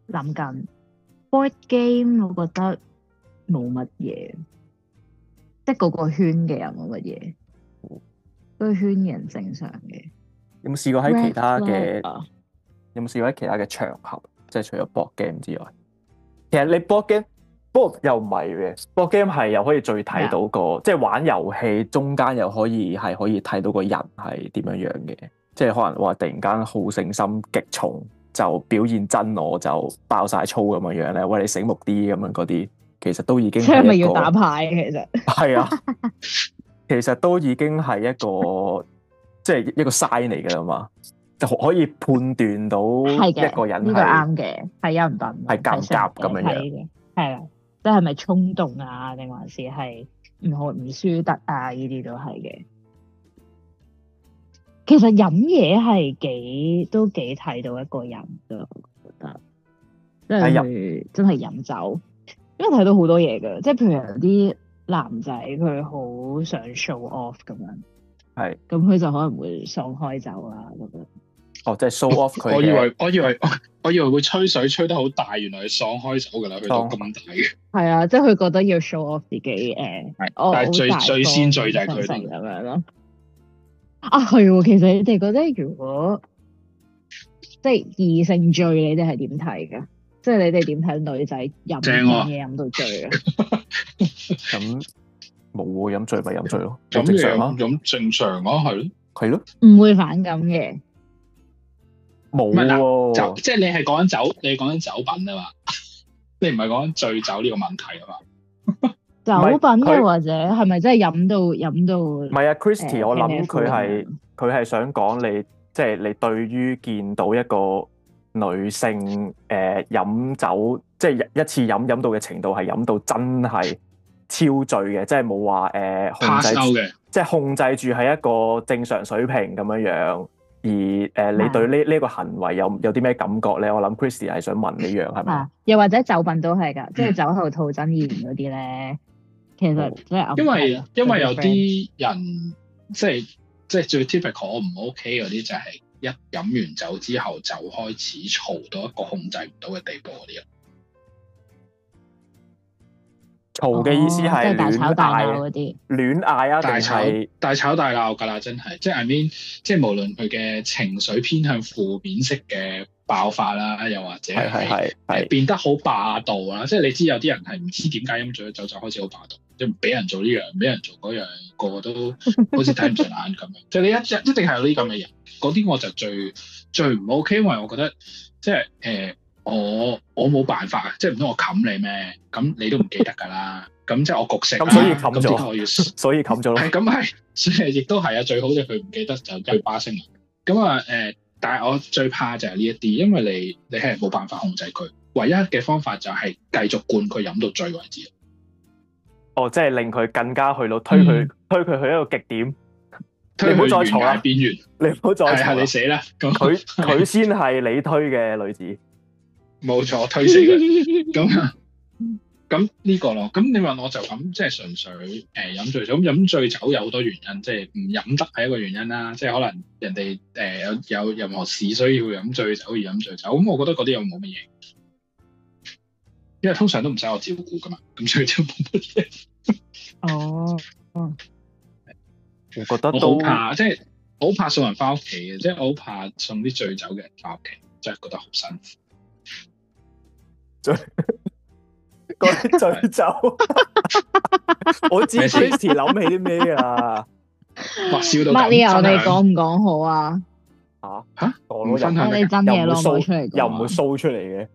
[SPEAKER 2] 諗緊 board game，我覺得冇乜嘢，即係嗰個圈嘅人冇乜嘢，
[SPEAKER 6] 哦
[SPEAKER 2] 嗰個圈嘅人正常嘅。
[SPEAKER 6] 有冇試過喺其他
[SPEAKER 2] Red flag
[SPEAKER 6] 嘅
[SPEAKER 2] 啊
[SPEAKER 6] 有冇試過喺其他嘅場合，即係除咗 board game 之外？其實你 board game，不過又唔係嘅，board game 係又可以最睇到個，即係玩遊戲中間又可以係可以睇到個人係點樣樣嘅，即係可能話突然間好勝心極重，就表現真我就爆晒粗咁樣樣咧，喂你醒目啲咁樣嗰啲，其實都已經
[SPEAKER 2] 即係咪
[SPEAKER 6] 係一
[SPEAKER 2] 要
[SPEAKER 6] 個
[SPEAKER 2] 打牌？其實
[SPEAKER 6] 係啊，其實都已經係一個即係一個 sign 嚟㗎啦嘛，就可以判斷到
[SPEAKER 2] 係嘅，
[SPEAKER 6] 一個人
[SPEAKER 2] 呢個
[SPEAKER 6] 係
[SPEAKER 2] 啱嘅，係有唔笨，
[SPEAKER 6] 係夾唔夾咁樣樣
[SPEAKER 2] 係嘅，係啦，即係咪衝動啊，定還是係唔好唔輸得啊？呢啲都係嘅。其實飲嘢係幾都幾睇到一個人噶，我覺得，即係
[SPEAKER 6] 係
[SPEAKER 2] 佢真係飲酒，因為睇到好多嘢噶，即係譬如有啲男仔佢好想 show off 咁樣，
[SPEAKER 6] 係
[SPEAKER 2] 咁佢就可能會喪開酒啊咁樣。
[SPEAKER 6] 哦，即係 show off 佢
[SPEAKER 3] 我以
[SPEAKER 6] 嘅
[SPEAKER 3] 為我以為 我以為會吹水吹得好大，原來係喪開手㗎啦，去到咁大嘅。
[SPEAKER 2] 係啊，即係佢覺得要 show off 自己誒，
[SPEAKER 3] 係
[SPEAKER 2] 我
[SPEAKER 3] 但係最
[SPEAKER 2] 哦好大方
[SPEAKER 3] 最先最就係佢
[SPEAKER 2] 成咁樣咯。啊，係喎，其實你哋覺得如果即係異性醉，你哋係點睇嘅？即係你哋點睇女仔飲
[SPEAKER 3] 正喎
[SPEAKER 2] 飲嘢飲到醉啊？
[SPEAKER 6] 咁冇喎，飲醉咪飲醉咯，
[SPEAKER 3] 咁
[SPEAKER 6] 正常
[SPEAKER 3] 樣
[SPEAKER 2] 啊
[SPEAKER 6] 咯，
[SPEAKER 3] 咁正常咯，係咯。
[SPEAKER 6] 係咯，
[SPEAKER 2] 唔會反感嘅，
[SPEAKER 6] 冇
[SPEAKER 3] 唔係啊
[SPEAKER 2] 哦
[SPEAKER 3] 嗱酒
[SPEAKER 6] 喎，
[SPEAKER 3] 即係你係 講緊酒，你係講緊酒品啊嘛。你唔係講緊醉酒呢個問題啊嘛。
[SPEAKER 2] 酒
[SPEAKER 6] 係
[SPEAKER 2] 品
[SPEAKER 6] 佢
[SPEAKER 2] 又或者係咪真係飲到飲
[SPEAKER 6] 唔
[SPEAKER 2] 到？
[SPEAKER 6] 係啊，Christy，
[SPEAKER 2] 誒
[SPEAKER 6] 我諗
[SPEAKER 2] 咩
[SPEAKER 6] 佢係
[SPEAKER 2] 啊
[SPEAKER 6] 佢係想講你，即係你對於見到一個女性誒飲酒，即係一一次飲飲到嘅程度係飲到真係超醉嘅，即係冇話誒控
[SPEAKER 3] pass
[SPEAKER 6] 制
[SPEAKER 3] out 嘅，
[SPEAKER 6] 即係控制住喺一個正常水平咁樣樣，而誒、呃你
[SPEAKER 2] 啊
[SPEAKER 6] 對呢呢個行為有有啲咩感覺咧？我諗 Christy 係想問呢樣係咪？
[SPEAKER 2] 啊，又或者酒品都係㗎，
[SPEAKER 6] 嗯
[SPEAKER 2] 即係酒後吐真言嗰啲咧，其實即係暗
[SPEAKER 3] 因
[SPEAKER 2] 示
[SPEAKER 3] 為
[SPEAKER 2] 啊
[SPEAKER 3] 因為有
[SPEAKER 2] friend
[SPEAKER 3] 啲人即係即係最 typical 我唔 OK 嗰啲就係一飲完酒之後就開始嘈到一個控制唔到嘅地步嗰啲人，
[SPEAKER 6] 嘈嘅意思
[SPEAKER 2] 哦即
[SPEAKER 6] 係
[SPEAKER 2] 係大
[SPEAKER 6] 亂啊
[SPEAKER 2] 吵大
[SPEAKER 6] 嗌
[SPEAKER 2] 鬧嗰啲，
[SPEAKER 6] 亂嗌啊，定
[SPEAKER 3] 大吵
[SPEAKER 6] 係
[SPEAKER 3] 大吵大鬧㗎啦，真係即係 I mean 即係無論佢嘅情緒偏向負面式嘅爆發啦，又或者
[SPEAKER 6] 係係係
[SPEAKER 3] 係
[SPEAKER 6] 係
[SPEAKER 3] 變得好霸道啦，即係你知有啲人係唔知點解飲醉咗酒就開始好霸道，即係唔俾人做呢樣，唔俾人做嗰樣，個個都 好似睇唔順眼咁樣。即係你一一定係有呢啲咁嘅人，嗰啲我就最最唔 OK，因為我覺得即係誒、呃我我冇辦法啊，即係唔通我冚你咩？咁你都唔記得㗎啦，咁即係我焗食啦
[SPEAKER 6] 咁所以冚咗
[SPEAKER 3] 咁的確我要
[SPEAKER 6] 所以冚咗 咯
[SPEAKER 3] 係。咁係，所以亦都係啊，最好就佢唔記得就去巴星啦。咁啊誒，但係我最怕就係呢一啲，因為你你係冇辦法控制佢，唯一嘅方法就係繼續灌佢飲到醉為止。
[SPEAKER 6] 哦，即係令佢更加去到推佢、
[SPEAKER 3] 嗯
[SPEAKER 6] 推佢去一個極點，
[SPEAKER 3] 推
[SPEAKER 6] 你唔好
[SPEAKER 3] 佢
[SPEAKER 6] 再嘈
[SPEAKER 3] 懸
[SPEAKER 6] 啦
[SPEAKER 3] 崖邊緣，
[SPEAKER 6] 你唔好再
[SPEAKER 3] 係係
[SPEAKER 6] 嘈
[SPEAKER 3] 你
[SPEAKER 6] 啦
[SPEAKER 3] 死啦！咁
[SPEAKER 6] 佢佢先係你推嘅女子，
[SPEAKER 3] 冇錯，推死佢。咁啊，咁呢個咯。咁你問我就咁，即係純粹誒、飲醉酒。咁飲醉酒有好多原因，即係唔飲得係一個原因啦。即係可能人哋誒、有有任何事需要飲醉酒而飲醉酒。咁我覺得嗰啲又冇乜嘢，因為通常都唔使我照顧噶嘛。咁所以就冇乜嘢。
[SPEAKER 2] 哦，
[SPEAKER 6] 我覺得
[SPEAKER 3] 我好
[SPEAKER 6] 都
[SPEAKER 3] 怕，即係我好怕送人翻屋企嘅，即係我好怕送啲醉酒嘅人翻屋企，真係覺得好辛苦。
[SPEAKER 6] 嗰啲醉酒。 我知
[SPEAKER 3] 咩事
[SPEAKER 6] Christy 諗起啲咩啊？
[SPEAKER 3] 哇！笑到
[SPEAKER 2] 乜呢？我哋
[SPEAKER 3] 講
[SPEAKER 2] 講唔講好啊？
[SPEAKER 6] 我
[SPEAKER 3] 唔分
[SPEAKER 2] 我
[SPEAKER 3] 享
[SPEAKER 2] 哋真嘢攞唔出嚟講啊，
[SPEAKER 6] 又唔會 show 出嚟嘅，
[SPEAKER 2] 哦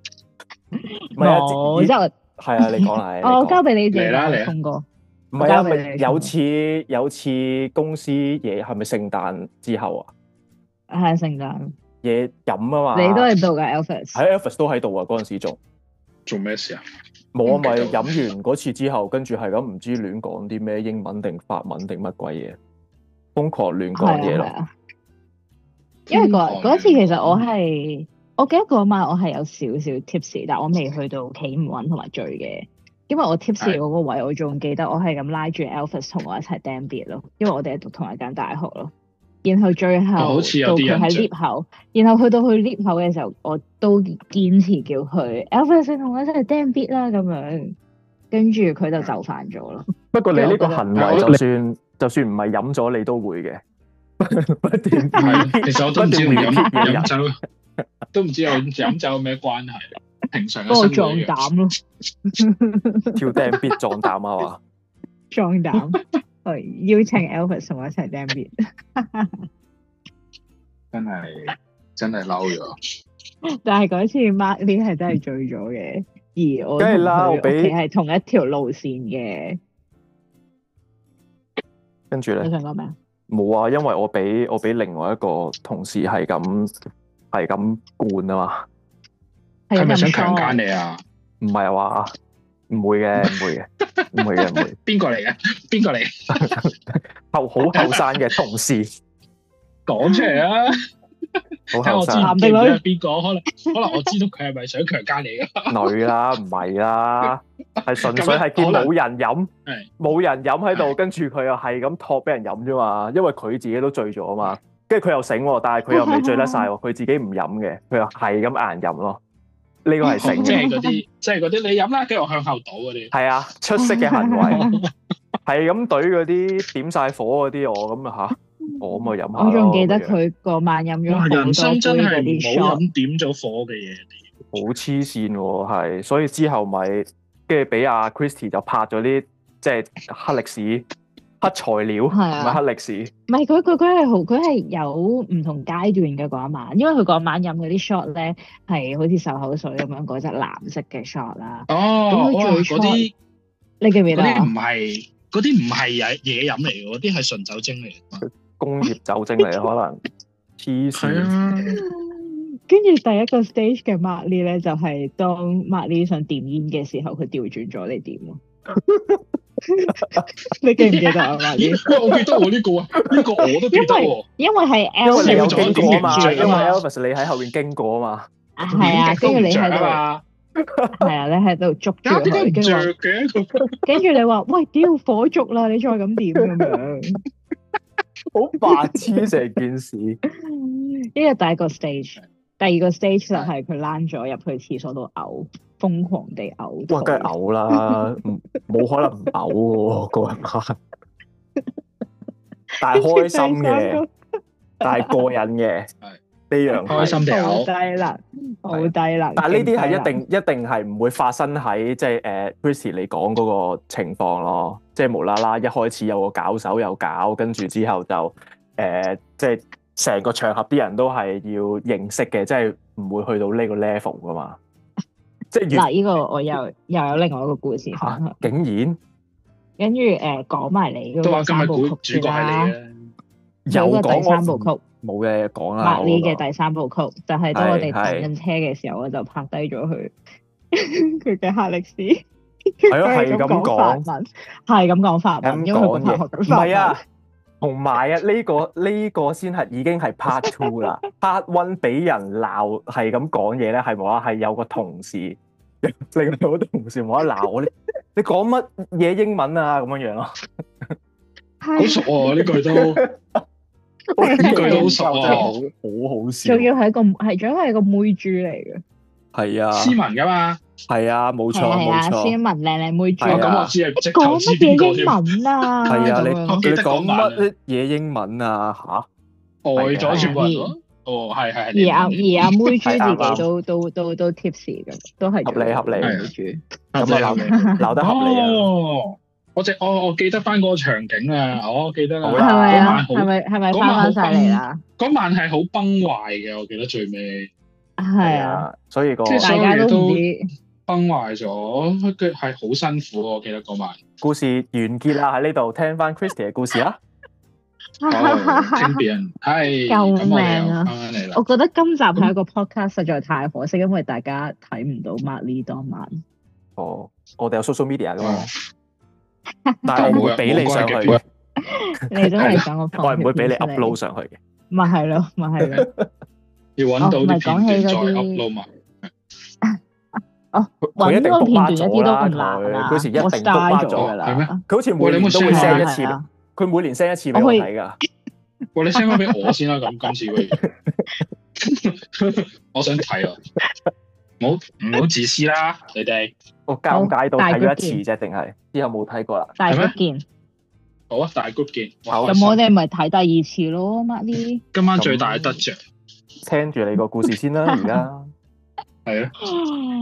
[SPEAKER 6] 唔係啊，
[SPEAKER 2] 冇，
[SPEAKER 6] 即
[SPEAKER 2] 即係
[SPEAKER 6] 係啊，你講啦，你
[SPEAKER 2] 我我
[SPEAKER 6] 講
[SPEAKER 2] 哦交俾你哋
[SPEAKER 3] 嚟啦嚟啦
[SPEAKER 2] 通過。
[SPEAKER 6] 唔係啊，
[SPEAKER 2] 交俾
[SPEAKER 6] 咪
[SPEAKER 2] 你
[SPEAKER 6] 有次有次公司嘢係咪聖誕之後啊，
[SPEAKER 2] 係聖誕，
[SPEAKER 6] 嘢飲啊嘛，
[SPEAKER 2] 你都喺度㗎 Alfred。
[SPEAKER 6] 喺 Elvis 都喺度啊，嗰陣時仲
[SPEAKER 3] 做咩事啊？
[SPEAKER 2] 嗯
[SPEAKER 6] 冇啊，
[SPEAKER 3] 唔記
[SPEAKER 6] 咪
[SPEAKER 3] 得
[SPEAKER 6] 飲完嗰次之後，跟住係咁唔知亂講啲咩英文定法文定乜鬼嘢，瘋狂亂講嘢
[SPEAKER 2] 係啊，係
[SPEAKER 6] 咯，
[SPEAKER 2] 啊。因為
[SPEAKER 3] 嗯
[SPEAKER 2] 嗰嗰次其實我係，我記得嗰晚我係有少少 tips，但我未去到企唔穩同埋醉嘅。因為我 tips
[SPEAKER 3] 係
[SPEAKER 2] 嗰個位，我仲記得我係咁拉住 Alphas 同我一齊 damn beat 咯，因為我哋係讀同一間大學咯。然後最後
[SPEAKER 3] 哦好似有
[SPEAKER 2] 到
[SPEAKER 3] 啲
[SPEAKER 2] 佢喺
[SPEAKER 3] 印象
[SPEAKER 2] lift 口，然後去到佢 lift 口嘅時候，我都堅持叫佢 Alphas 你同我一齊 damn beat 啦咁樣，跟住佢就就範咗咯。
[SPEAKER 6] 不過你
[SPEAKER 2] 啊
[SPEAKER 6] 呢個行為
[SPEAKER 3] 我
[SPEAKER 6] 就算就算唔係飲咗，你都會嘅， 不斷
[SPEAKER 3] 係，其實我都唔知同飲
[SPEAKER 6] 不斷亂
[SPEAKER 3] 飲酒，都唔知有飲酒有咩關係。平常嘅
[SPEAKER 2] 嗰個
[SPEAKER 3] 生活一樣，
[SPEAKER 2] 壯膽咯。
[SPEAKER 6] 跳釘必撞膽啊嘛。
[SPEAKER 2] 壯 膽，去邀請 Elvis 同我一齊 d a m b i
[SPEAKER 3] 真係真係嬲咗。
[SPEAKER 2] 但係嗰次 Mark Lee 係真係醉咗嘅，而我
[SPEAKER 6] 梗係啦我
[SPEAKER 2] 同佢
[SPEAKER 6] 俾
[SPEAKER 2] 屋企係同一條路線嘅。
[SPEAKER 6] 跟住
[SPEAKER 2] 你
[SPEAKER 6] 咧
[SPEAKER 2] 想講咩啊？
[SPEAKER 6] 冇啊，因為我俾我俾另外一個同事係咁係咁灌啊嘛，
[SPEAKER 2] 有
[SPEAKER 3] 係咪想
[SPEAKER 2] 咁
[SPEAKER 3] 強
[SPEAKER 2] 疏
[SPEAKER 3] 姦你啊？
[SPEAKER 6] 唔係話唔會嘅，唔會嘅，唔會嘅，唔會。
[SPEAKER 3] 邊個嚟嘅？ 邊個嚟嘅？
[SPEAKER 6] 後好後生嘅同事，
[SPEAKER 3] 講出嚟啊！
[SPEAKER 6] 好
[SPEAKER 3] 睇
[SPEAKER 6] 後
[SPEAKER 3] 我知
[SPEAKER 6] 生
[SPEAKER 3] 唔
[SPEAKER 2] 男
[SPEAKER 3] 知
[SPEAKER 2] 定女
[SPEAKER 3] 係邊個？可能可能我知道佢係咪想強姦你啊嘅？
[SPEAKER 6] 女啦，唔係啦，係純粹係見冇人飲
[SPEAKER 3] 係，
[SPEAKER 6] 冇人飲喺度，
[SPEAKER 3] 係
[SPEAKER 6] 跟住佢又係咁托俾人飲啫嘛，因為佢自己都醉咗啊嘛，跟住佢又醒喎，但係佢又未醉得晒 喎，佢自己唔飲嘅，佢又係咁硬飲咯，呢個係醒
[SPEAKER 3] 即
[SPEAKER 6] 嘅，
[SPEAKER 3] 係嗰啲，即係嗰啲你飲啦，跟住我向後倒嗰啲。
[SPEAKER 6] 係啊，出色嘅行為。 係咁懟嗰啲點晒火嗰啲我咁啊吓，我咪飲下
[SPEAKER 2] 我仲
[SPEAKER 6] 咯
[SPEAKER 2] 記得
[SPEAKER 6] 咁樣
[SPEAKER 2] 佢嗰晚飲咗
[SPEAKER 3] 哇！
[SPEAKER 2] 好多杯
[SPEAKER 3] 人生真係
[SPEAKER 2] 嗰啲
[SPEAKER 3] 唔好
[SPEAKER 2] shot，
[SPEAKER 3] 飲點咗火嘅嘢。
[SPEAKER 6] 好黐線喎，係，所以之後咪跟住俾阿 Christy 就拍咗啲即係黑歷史、黑材料，唔
[SPEAKER 2] 係啊
[SPEAKER 6] 係黑歷史，
[SPEAKER 2] 唔係佢佢佢係好佢係有唔同階段嘅嗰一晚，因為佢嗰晚飲嗰啲 shot 咧係好似漱口水咁樣嗰隻藍色嘅 shot 啦。
[SPEAKER 3] 哦，
[SPEAKER 2] 咁佢
[SPEAKER 3] 哇！
[SPEAKER 2] 最初
[SPEAKER 3] 嗰啲
[SPEAKER 2] 你記唔記
[SPEAKER 3] 嗰
[SPEAKER 2] 得
[SPEAKER 3] 啲
[SPEAKER 2] 啊
[SPEAKER 3] 唔？係嗰啲唔係嘢嘢飲嚟嘅，嗰啲係純酒精嚟嘅。
[SPEAKER 6] 工業酒精嚟，可能黐線。
[SPEAKER 3] 啊，
[SPEAKER 2] 跟住第一個 stage 嘅 m a r l e y 咧，就係、當 m a r l e y 想點煙嘅時候，佢調轉咗你點咯。 你記唔記得啊 m a r l e y
[SPEAKER 3] 咦喂，我記得我呢個啊，呢個我都記得喎。
[SPEAKER 2] 因為係
[SPEAKER 6] 因為你有經
[SPEAKER 2] Elvis
[SPEAKER 6] 過啊嘛，因為
[SPEAKER 2] 啊嘛，
[SPEAKER 6] Elvis 你喺後面經過啊嘛，
[SPEAKER 2] 係啊，跟住你喺度
[SPEAKER 3] 啊嘛，
[SPEAKER 2] 係啊，你喺度捉住
[SPEAKER 3] 啊點解
[SPEAKER 2] 佢，
[SPEAKER 3] 唔
[SPEAKER 2] 跟住話
[SPEAKER 3] 着嘅？
[SPEAKER 2] 跟住你話喂，屌火燭啦！你再咁點咁樣？
[SPEAKER 6] 好白痴成件事。
[SPEAKER 2] 呢個第一個 stage，第二個 stage 就係佢躝咗入去廁所度嘔，瘋狂地 嘔。
[SPEAKER 6] 哇，梗係！嘔啦， 唔冇可能唔嘔嘅喎，個人晚。但係開心嘅，，但係過癮嘅，
[SPEAKER 3] 係
[SPEAKER 6] 呢
[SPEAKER 3] 開
[SPEAKER 6] 樣係啊
[SPEAKER 3] 心地
[SPEAKER 2] 好
[SPEAKER 3] 嘔。
[SPEAKER 2] 低能，好低能。
[SPEAKER 6] 但係呢啲係
[SPEAKER 2] 勁啊
[SPEAKER 6] 一
[SPEAKER 2] 低
[SPEAKER 6] 定一定係唔會發生喺即係誒 Chris 你講嗰個情況咯，即係無啦啦一開始有個搞手有搞，跟住之後就誒、呃即係成個場合啲人都係要認識嘅，即係唔會去到呢個 level 噶嘛。即係
[SPEAKER 2] 能
[SPEAKER 6] 越、
[SPEAKER 2] 嗱，呢個我又又有另外一個故事分
[SPEAKER 6] 嚇
[SPEAKER 2] 享。
[SPEAKER 6] 竟然
[SPEAKER 2] 跟住誒講埋你嗰
[SPEAKER 3] 都
[SPEAKER 2] 個
[SPEAKER 3] 話今日
[SPEAKER 2] 三
[SPEAKER 3] 估
[SPEAKER 2] 部
[SPEAKER 3] 主
[SPEAKER 2] 曲
[SPEAKER 3] 角係
[SPEAKER 2] 啦
[SPEAKER 3] 你，啊！
[SPEAKER 6] 有
[SPEAKER 2] 嗰個
[SPEAKER 6] 講
[SPEAKER 2] 第三部
[SPEAKER 6] 我
[SPEAKER 2] 曲。
[SPEAKER 6] 冇嘢講啦，
[SPEAKER 2] 麥
[SPEAKER 6] 我
[SPEAKER 2] 呢嘅
[SPEAKER 6] 覺得
[SPEAKER 2] 第三部曲，就係當我哋等
[SPEAKER 6] 係
[SPEAKER 2] 緊車嘅時候，我就拍低咗佢 佢嘅黑歷史。
[SPEAKER 6] 係咯
[SPEAKER 2] 佢
[SPEAKER 6] 係咁講
[SPEAKER 2] 法文，係咁講法文，
[SPEAKER 6] 咁
[SPEAKER 2] 因為佢拍學
[SPEAKER 6] 講嘢，
[SPEAKER 2] 緊
[SPEAKER 6] 唔
[SPEAKER 2] 法文。
[SPEAKER 6] 係啊，同埋啊，呢、個呢、個先係已經係 part two 啦，part one 俾人鬧係咁講嘢咧，係無啦啦係有個同事， 另外個同事無啦啦鬧我，你你講乜嘢英文啊咁樣樣 咯，
[SPEAKER 2] 係啊，
[SPEAKER 3] 好熟喎，呢句都
[SPEAKER 6] 呢
[SPEAKER 2] 呢句都
[SPEAKER 3] 好熟啊
[SPEAKER 6] 真係好好好笑
[SPEAKER 2] 仲，要係一個係仲要係一個妹豬嚟嘅，
[SPEAKER 6] 係啊，
[SPEAKER 3] 斯文噶嘛。
[SPEAKER 6] 係啊，冇錯
[SPEAKER 2] 係啊係
[SPEAKER 6] 冇
[SPEAKER 2] 啊，斯
[SPEAKER 6] 錯，
[SPEAKER 2] 文靚靚妹
[SPEAKER 6] 係
[SPEAKER 3] 哦，咁我
[SPEAKER 6] 啊
[SPEAKER 2] 豬。
[SPEAKER 3] 知係直頭
[SPEAKER 2] 講
[SPEAKER 3] 知
[SPEAKER 2] 乜
[SPEAKER 3] 邊個
[SPEAKER 2] 嘢
[SPEAKER 3] 添
[SPEAKER 2] 英。文啊？
[SPEAKER 6] 係啊，你
[SPEAKER 2] 咁樣
[SPEAKER 3] 我記
[SPEAKER 6] 你
[SPEAKER 3] 得講
[SPEAKER 6] 講
[SPEAKER 3] 埋
[SPEAKER 6] 乜嘢英文啊吓？
[SPEAKER 3] 呆
[SPEAKER 6] 啊
[SPEAKER 3] 咗全部人
[SPEAKER 2] 啊
[SPEAKER 3] 咯。哦，係係係你
[SPEAKER 2] 而阿
[SPEAKER 3] 講
[SPEAKER 2] 而阿啊妹
[SPEAKER 6] 嗯
[SPEAKER 2] 豬
[SPEAKER 6] 係啱
[SPEAKER 2] 自
[SPEAKER 6] 啱
[SPEAKER 2] 己都都都都 tips 嘅，都係
[SPEAKER 6] 合理合理
[SPEAKER 2] 妹
[SPEAKER 3] 嘅，
[SPEAKER 2] 豬。
[SPEAKER 6] 咁啊
[SPEAKER 3] 合理合理
[SPEAKER 6] 鬧得合理啊，
[SPEAKER 3] 哦，我只我我記得翻嗰個場景啦，我記得啦
[SPEAKER 6] 好
[SPEAKER 2] 係
[SPEAKER 6] 啦。
[SPEAKER 2] 咪啊？
[SPEAKER 3] 嗰
[SPEAKER 2] 係
[SPEAKER 3] 晚好
[SPEAKER 2] 咪係咪
[SPEAKER 3] 嗰
[SPEAKER 2] 翻
[SPEAKER 3] 晚好
[SPEAKER 2] 翻晒嚟啊啦？
[SPEAKER 3] 嗰晚係好崩壞嘅，我記得最尾
[SPEAKER 2] 係啊。，
[SPEAKER 6] 所以個
[SPEAKER 3] 即係
[SPEAKER 2] 大家都唔知
[SPEAKER 3] 崩壞咗，跟係好辛苦喎。我記得嗰晚，
[SPEAKER 6] 故事完結啦，喺呢度聽翻 Christy 嘅故事啊啦。
[SPEAKER 3] 哦 聽別人係
[SPEAKER 2] 救
[SPEAKER 3] 咁我哋
[SPEAKER 2] 命
[SPEAKER 3] 又
[SPEAKER 2] 啊
[SPEAKER 3] 翻返嚟啦
[SPEAKER 2] 我。覺得今集係一個 podcast，實在太可惜，因為大家睇唔到 Mark Lee 當晚。
[SPEAKER 6] 哦，我哋有 social media 噶
[SPEAKER 3] 哦
[SPEAKER 6] 嘛，但係我唔會俾你上去嘅，
[SPEAKER 2] 你都
[SPEAKER 3] 啊
[SPEAKER 2] 係想我放
[SPEAKER 6] 我係唔會俾你
[SPEAKER 2] 條哦片出嚟
[SPEAKER 6] upload 上去嘅。
[SPEAKER 2] 咪係咯，咪係 咯。
[SPEAKER 3] 要揾到啲
[SPEAKER 2] 哦唔係講
[SPEAKER 3] 片
[SPEAKER 2] 起
[SPEAKER 3] 段再
[SPEAKER 2] 嗰啲
[SPEAKER 3] upload 埋。
[SPEAKER 6] 佢一
[SPEAKER 2] 揾
[SPEAKER 6] 定
[SPEAKER 2] 嗰個
[SPEAKER 6] book
[SPEAKER 2] 片段一
[SPEAKER 6] 咗
[SPEAKER 2] 啲都
[SPEAKER 6] 啦，
[SPEAKER 2] 唔難
[SPEAKER 6] 佢
[SPEAKER 2] 啦，
[SPEAKER 6] 嗰時一定
[SPEAKER 2] 我
[SPEAKER 6] book 巴
[SPEAKER 2] star 咗
[SPEAKER 6] 咗
[SPEAKER 2] 㗎
[SPEAKER 6] 㗎
[SPEAKER 3] 係咩
[SPEAKER 2] 啦。
[SPEAKER 6] 佢好似每
[SPEAKER 3] 喂你
[SPEAKER 6] 年
[SPEAKER 3] 有冇
[SPEAKER 6] 都會
[SPEAKER 3] share
[SPEAKER 2] 係
[SPEAKER 6] send
[SPEAKER 2] 啊
[SPEAKER 6] 一
[SPEAKER 2] 係
[SPEAKER 6] 次，
[SPEAKER 2] 啊
[SPEAKER 6] 佢每年 send 一次俾
[SPEAKER 2] 我
[SPEAKER 6] 我
[SPEAKER 2] 會
[SPEAKER 6] 睇㗎。
[SPEAKER 3] 喂，你 send 翻俾我先啦，咁今次不如， 我想睇啊！唔好唔好自私啦，你哋
[SPEAKER 6] 我尷尬到
[SPEAKER 2] 好大
[SPEAKER 6] 睇咗
[SPEAKER 2] 嗰
[SPEAKER 6] 一次啊啫，定係之後冇睇過啦。
[SPEAKER 2] 大
[SPEAKER 3] 係
[SPEAKER 2] 不見，
[SPEAKER 3] 好啊，大 group 見。
[SPEAKER 6] 好啊
[SPEAKER 3] 開
[SPEAKER 2] 咁
[SPEAKER 3] 心
[SPEAKER 2] 我哋咪睇第二次咯 ，Mark Lee。
[SPEAKER 3] 今晚最大嘅得着
[SPEAKER 6] 聽住你個故事先啦，而家
[SPEAKER 3] 係咯，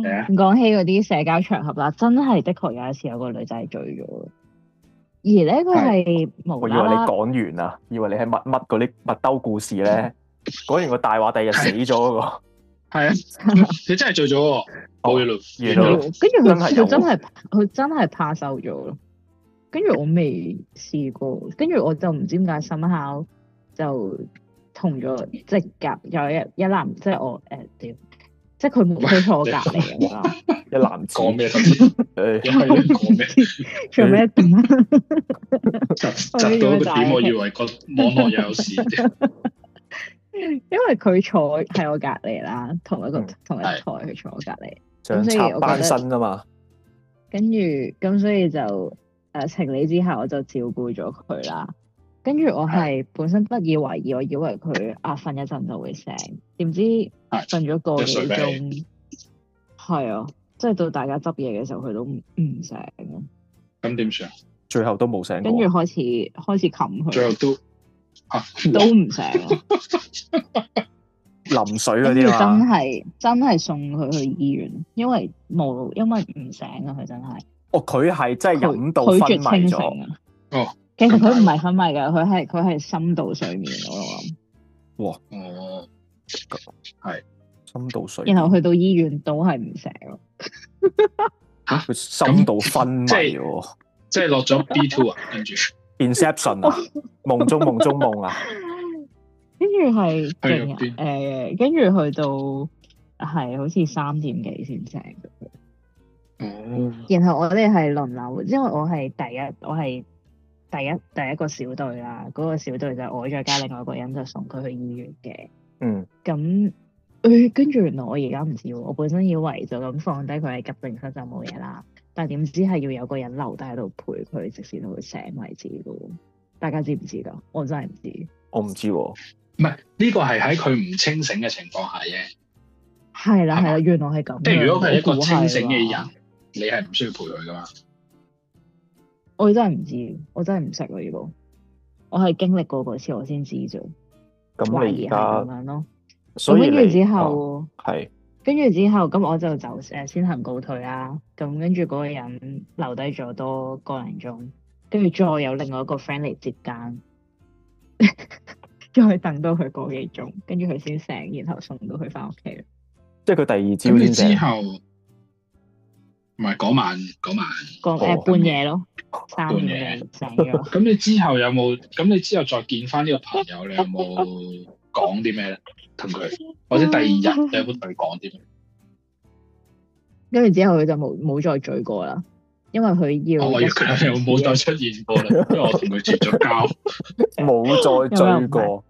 [SPEAKER 3] 係啊
[SPEAKER 2] 講起嗰啲社交場合啦，真係的確有一次有個女仔醉咗，而咧佢係無
[SPEAKER 6] 我以為
[SPEAKER 2] 啦
[SPEAKER 6] 你
[SPEAKER 2] 啦。
[SPEAKER 6] 講完啦，以為你係乜乜嗰啲麥兜故事咧，講完個大話，第二日死咗嗰個。
[SPEAKER 3] 係啊， 你真係醉咗喎，冇嘢咯，
[SPEAKER 6] 完
[SPEAKER 2] 跟
[SPEAKER 6] 啦
[SPEAKER 2] 住
[SPEAKER 6] 真係有
[SPEAKER 2] 佢佢真係佢真係怕瘦咗咯。跟住我未試過，跟住我就唔知點解深烤就同咗即係夾有一一男，即係我誒屌、即係佢冇推坐我隔離咁 啦。
[SPEAKER 6] 一男子，
[SPEAKER 3] 講咩頭先？
[SPEAKER 6] 誒
[SPEAKER 3] 因為你講咩？
[SPEAKER 2] 做咩點啊？
[SPEAKER 3] 窒窒到個點，我以為個網絡又有事。
[SPEAKER 2] 因為佢坐喺我隔離啦，同一個、
[SPEAKER 6] 嗯
[SPEAKER 2] 同一個
[SPEAKER 3] 係
[SPEAKER 2] 台佢坐我隔離，
[SPEAKER 6] 想
[SPEAKER 2] 咁所以
[SPEAKER 6] 插
[SPEAKER 2] 我覺
[SPEAKER 6] 班
[SPEAKER 2] 得
[SPEAKER 6] 身啊嘛。
[SPEAKER 2] 跟住咁所以就誒、呃情理之下我就照顧咗佢啦。跟住我係本身不以為意，我以為佢啊瞓一陣就會醒，點知瞓咗個幾
[SPEAKER 3] 一睡不
[SPEAKER 2] 鐘，係啊，即係到大家執嘢嘅時候，佢都唔唔醒咯，
[SPEAKER 3] 咁點算啊？
[SPEAKER 6] 最後都冇醒
[SPEAKER 2] 跟住
[SPEAKER 6] 過。
[SPEAKER 2] 開始開始冚
[SPEAKER 3] 最後
[SPEAKER 2] 佢，
[SPEAKER 3] 都啊，
[SPEAKER 2] 都唔 醒啊，
[SPEAKER 6] 淋水嗰
[SPEAKER 2] 跟住
[SPEAKER 6] 啲
[SPEAKER 2] 真
[SPEAKER 6] 啊嘛，
[SPEAKER 2] 係真係送佢去醫院，因為冇因為唔醒啊，佢真係
[SPEAKER 6] 哦，佢係 真係飲到
[SPEAKER 2] 拒
[SPEAKER 6] 昏
[SPEAKER 2] 拒絕清
[SPEAKER 6] 迷
[SPEAKER 2] 醒
[SPEAKER 6] 咗，
[SPEAKER 2] 啊。
[SPEAKER 3] 哦，
[SPEAKER 2] 其實佢唔係昏迷㗎，佢係佢係深度睡眠我諗。
[SPEAKER 3] 哦，
[SPEAKER 6] 深度水。
[SPEAKER 2] 然後去到醫院都係唔醒咯。
[SPEAKER 3] 吓
[SPEAKER 6] 佢深度昏迷
[SPEAKER 3] 即係
[SPEAKER 6] 喎
[SPEAKER 3] 即係落咗 B two 啊，跟住
[SPEAKER 6] ，Inception 啊，夢中夢中夢 啊，
[SPEAKER 2] 跟住係
[SPEAKER 3] 去咗
[SPEAKER 2] 勁
[SPEAKER 3] 邊
[SPEAKER 2] 誒，跟住去到係好似三點幾先醒。
[SPEAKER 3] 哦，
[SPEAKER 2] 然後我哋係輪流，因為我係第一，我係第一第一個小隊啦。嗰、個小隊就我再加另外一個人，就送佢去醫院嘅。
[SPEAKER 6] 嗯，
[SPEAKER 2] 咁 誒，跟住原來我而家唔知喎，我本身以為就咁放低佢喺急症室就冇嘢啦，但係點知係要有個人留低喺度陪佢，直至到佢醒為止嘅喎。大家知唔知㗎？我真係唔知。
[SPEAKER 6] 我唔知喎，
[SPEAKER 3] 唔係呢個係喺佢唔清醒嘅情況下啫，
[SPEAKER 2] 係啦
[SPEAKER 3] 係
[SPEAKER 2] 係
[SPEAKER 3] 嘛
[SPEAKER 2] 啦，原來係咁樣。
[SPEAKER 3] 即係如果佢係一個
[SPEAKER 2] 我估
[SPEAKER 3] 清醒嘅
[SPEAKER 2] 啦
[SPEAKER 3] 人，，你係唔需要陪佢噶嘛。
[SPEAKER 2] 我真係唔知，我真係唔識喎呢個。我係經歷過嗰次我先知啫，
[SPEAKER 6] 咁
[SPEAKER 2] 懷
[SPEAKER 6] 你
[SPEAKER 2] 疑
[SPEAKER 6] 而
[SPEAKER 2] 係咁
[SPEAKER 6] 家
[SPEAKER 2] 樣咯。
[SPEAKER 6] 所
[SPEAKER 2] 咁
[SPEAKER 6] 以
[SPEAKER 2] 跟住
[SPEAKER 6] 你
[SPEAKER 2] 之後，
[SPEAKER 6] 啊係
[SPEAKER 2] 跟住之後，咁我就走誒先行告退啦。咁跟住嗰個人留低咗多個零鐘，跟住再有另外一個 friend 嚟接更， 再等到佢個幾鐘，跟住佢先醒，然後送到佢翻屋企。
[SPEAKER 6] 即係佢第
[SPEAKER 3] 咁
[SPEAKER 6] 二朝
[SPEAKER 3] 你
[SPEAKER 6] 先
[SPEAKER 3] 之
[SPEAKER 6] 醒，
[SPEAKER 3] 後唔係嗰晚嗰晚，
[SPEAKER 2] 個誒、
[SPEAKER 6] 哦
[SPEAKER 2] 半夜咯，三
[SPEAKER 3] 半
[SPEAKER 2] 點
[SPEAKER 3] 夜
[SPEAKER 2] 幾 醒咗。
[SPEAKER 3] 咁你之後有冇？咁你之後再見翻呢個朋友，你有冇講啲咩咧？同佢或者第二日你有冇同佢講啲咩？
[SPEAKER 2] 跟住之後佢就冇冇再追過啦，因為佢要
[SPEAKER 3] 哦我以為
[SPEAKER 2] 一時
[SPEAKER 3] 佢有冇再出現過啦，因為我同佢絕咗交。
[SPEAKER 6] 冇再
[SPEAKER 2] 有咩
[SPEAKER 6] 追
[SPEAKER 2] 唔
[SPEAKER 6] 過，
[SPEAKER 2] 啊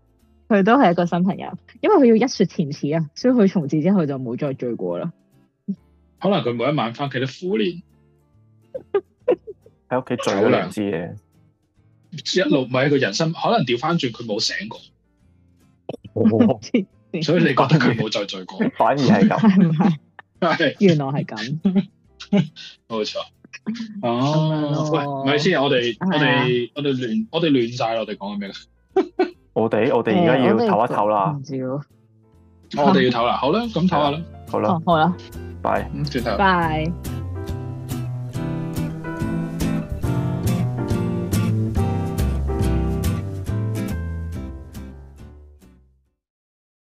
[SPEAKER 2] 佢都係一個新朋友，因為佢要一雪前恥啊，所以佢從此之後就冇再追過啦。
[SPEAKER 3] 可能佢每一晚翻屋企都苦練，
[SPEAKER 6] 喺屋企醉咗兩支嘢，
[SPEAKER 3] 一路咪佢人生可能調翻轉，佢冇醒過，
[SPEAKER 6] 哦
[SPEAKER 3] 所以你覺 得佢冇再醉過，
[SPEAKER 6] 反而係咁，
[SPEAKER 2] 係咪？啊
[SPEAKER 3] 係
[SPEAKER 2] 原來係咁。
[SPEAKER 3] 冇錯。
[SPEAKER 2] 咁樣
[SPEAKER 3] 哦，喂，
[SPEAKER 2] 咯
[SPEAKER 3] 唔係先，我哋我
[SPEAKER 2] 係啊
[SPEAKER 3] 哋我哋亂我哋亂晒啦，我哋講緊 咩咧？
[SPEAKER 6] 我哋我哋而家
[SPEAKER 2] 誒
[SPEAKER 6] 要
[SPEAKER 2] 我嗯哋
[SPEAKER 6] 唞一唞啦，
[SPEAKER 2] 唔知喎。
[SPEAKER 3] 哦我哋要唞啦，好啦，咁唞下啦，嗯
[SPEAKER 6] 好
[SPEAKER 2] 哦
[SPEAKER 6] 啦，，
[SPEAKER 2] 好啦，
[SPEAKER 6] 拜。
[SPEAKER 3] 咁轉頭。
[SPEAKER 2] 拜。
[SPEAKER 3] 拜。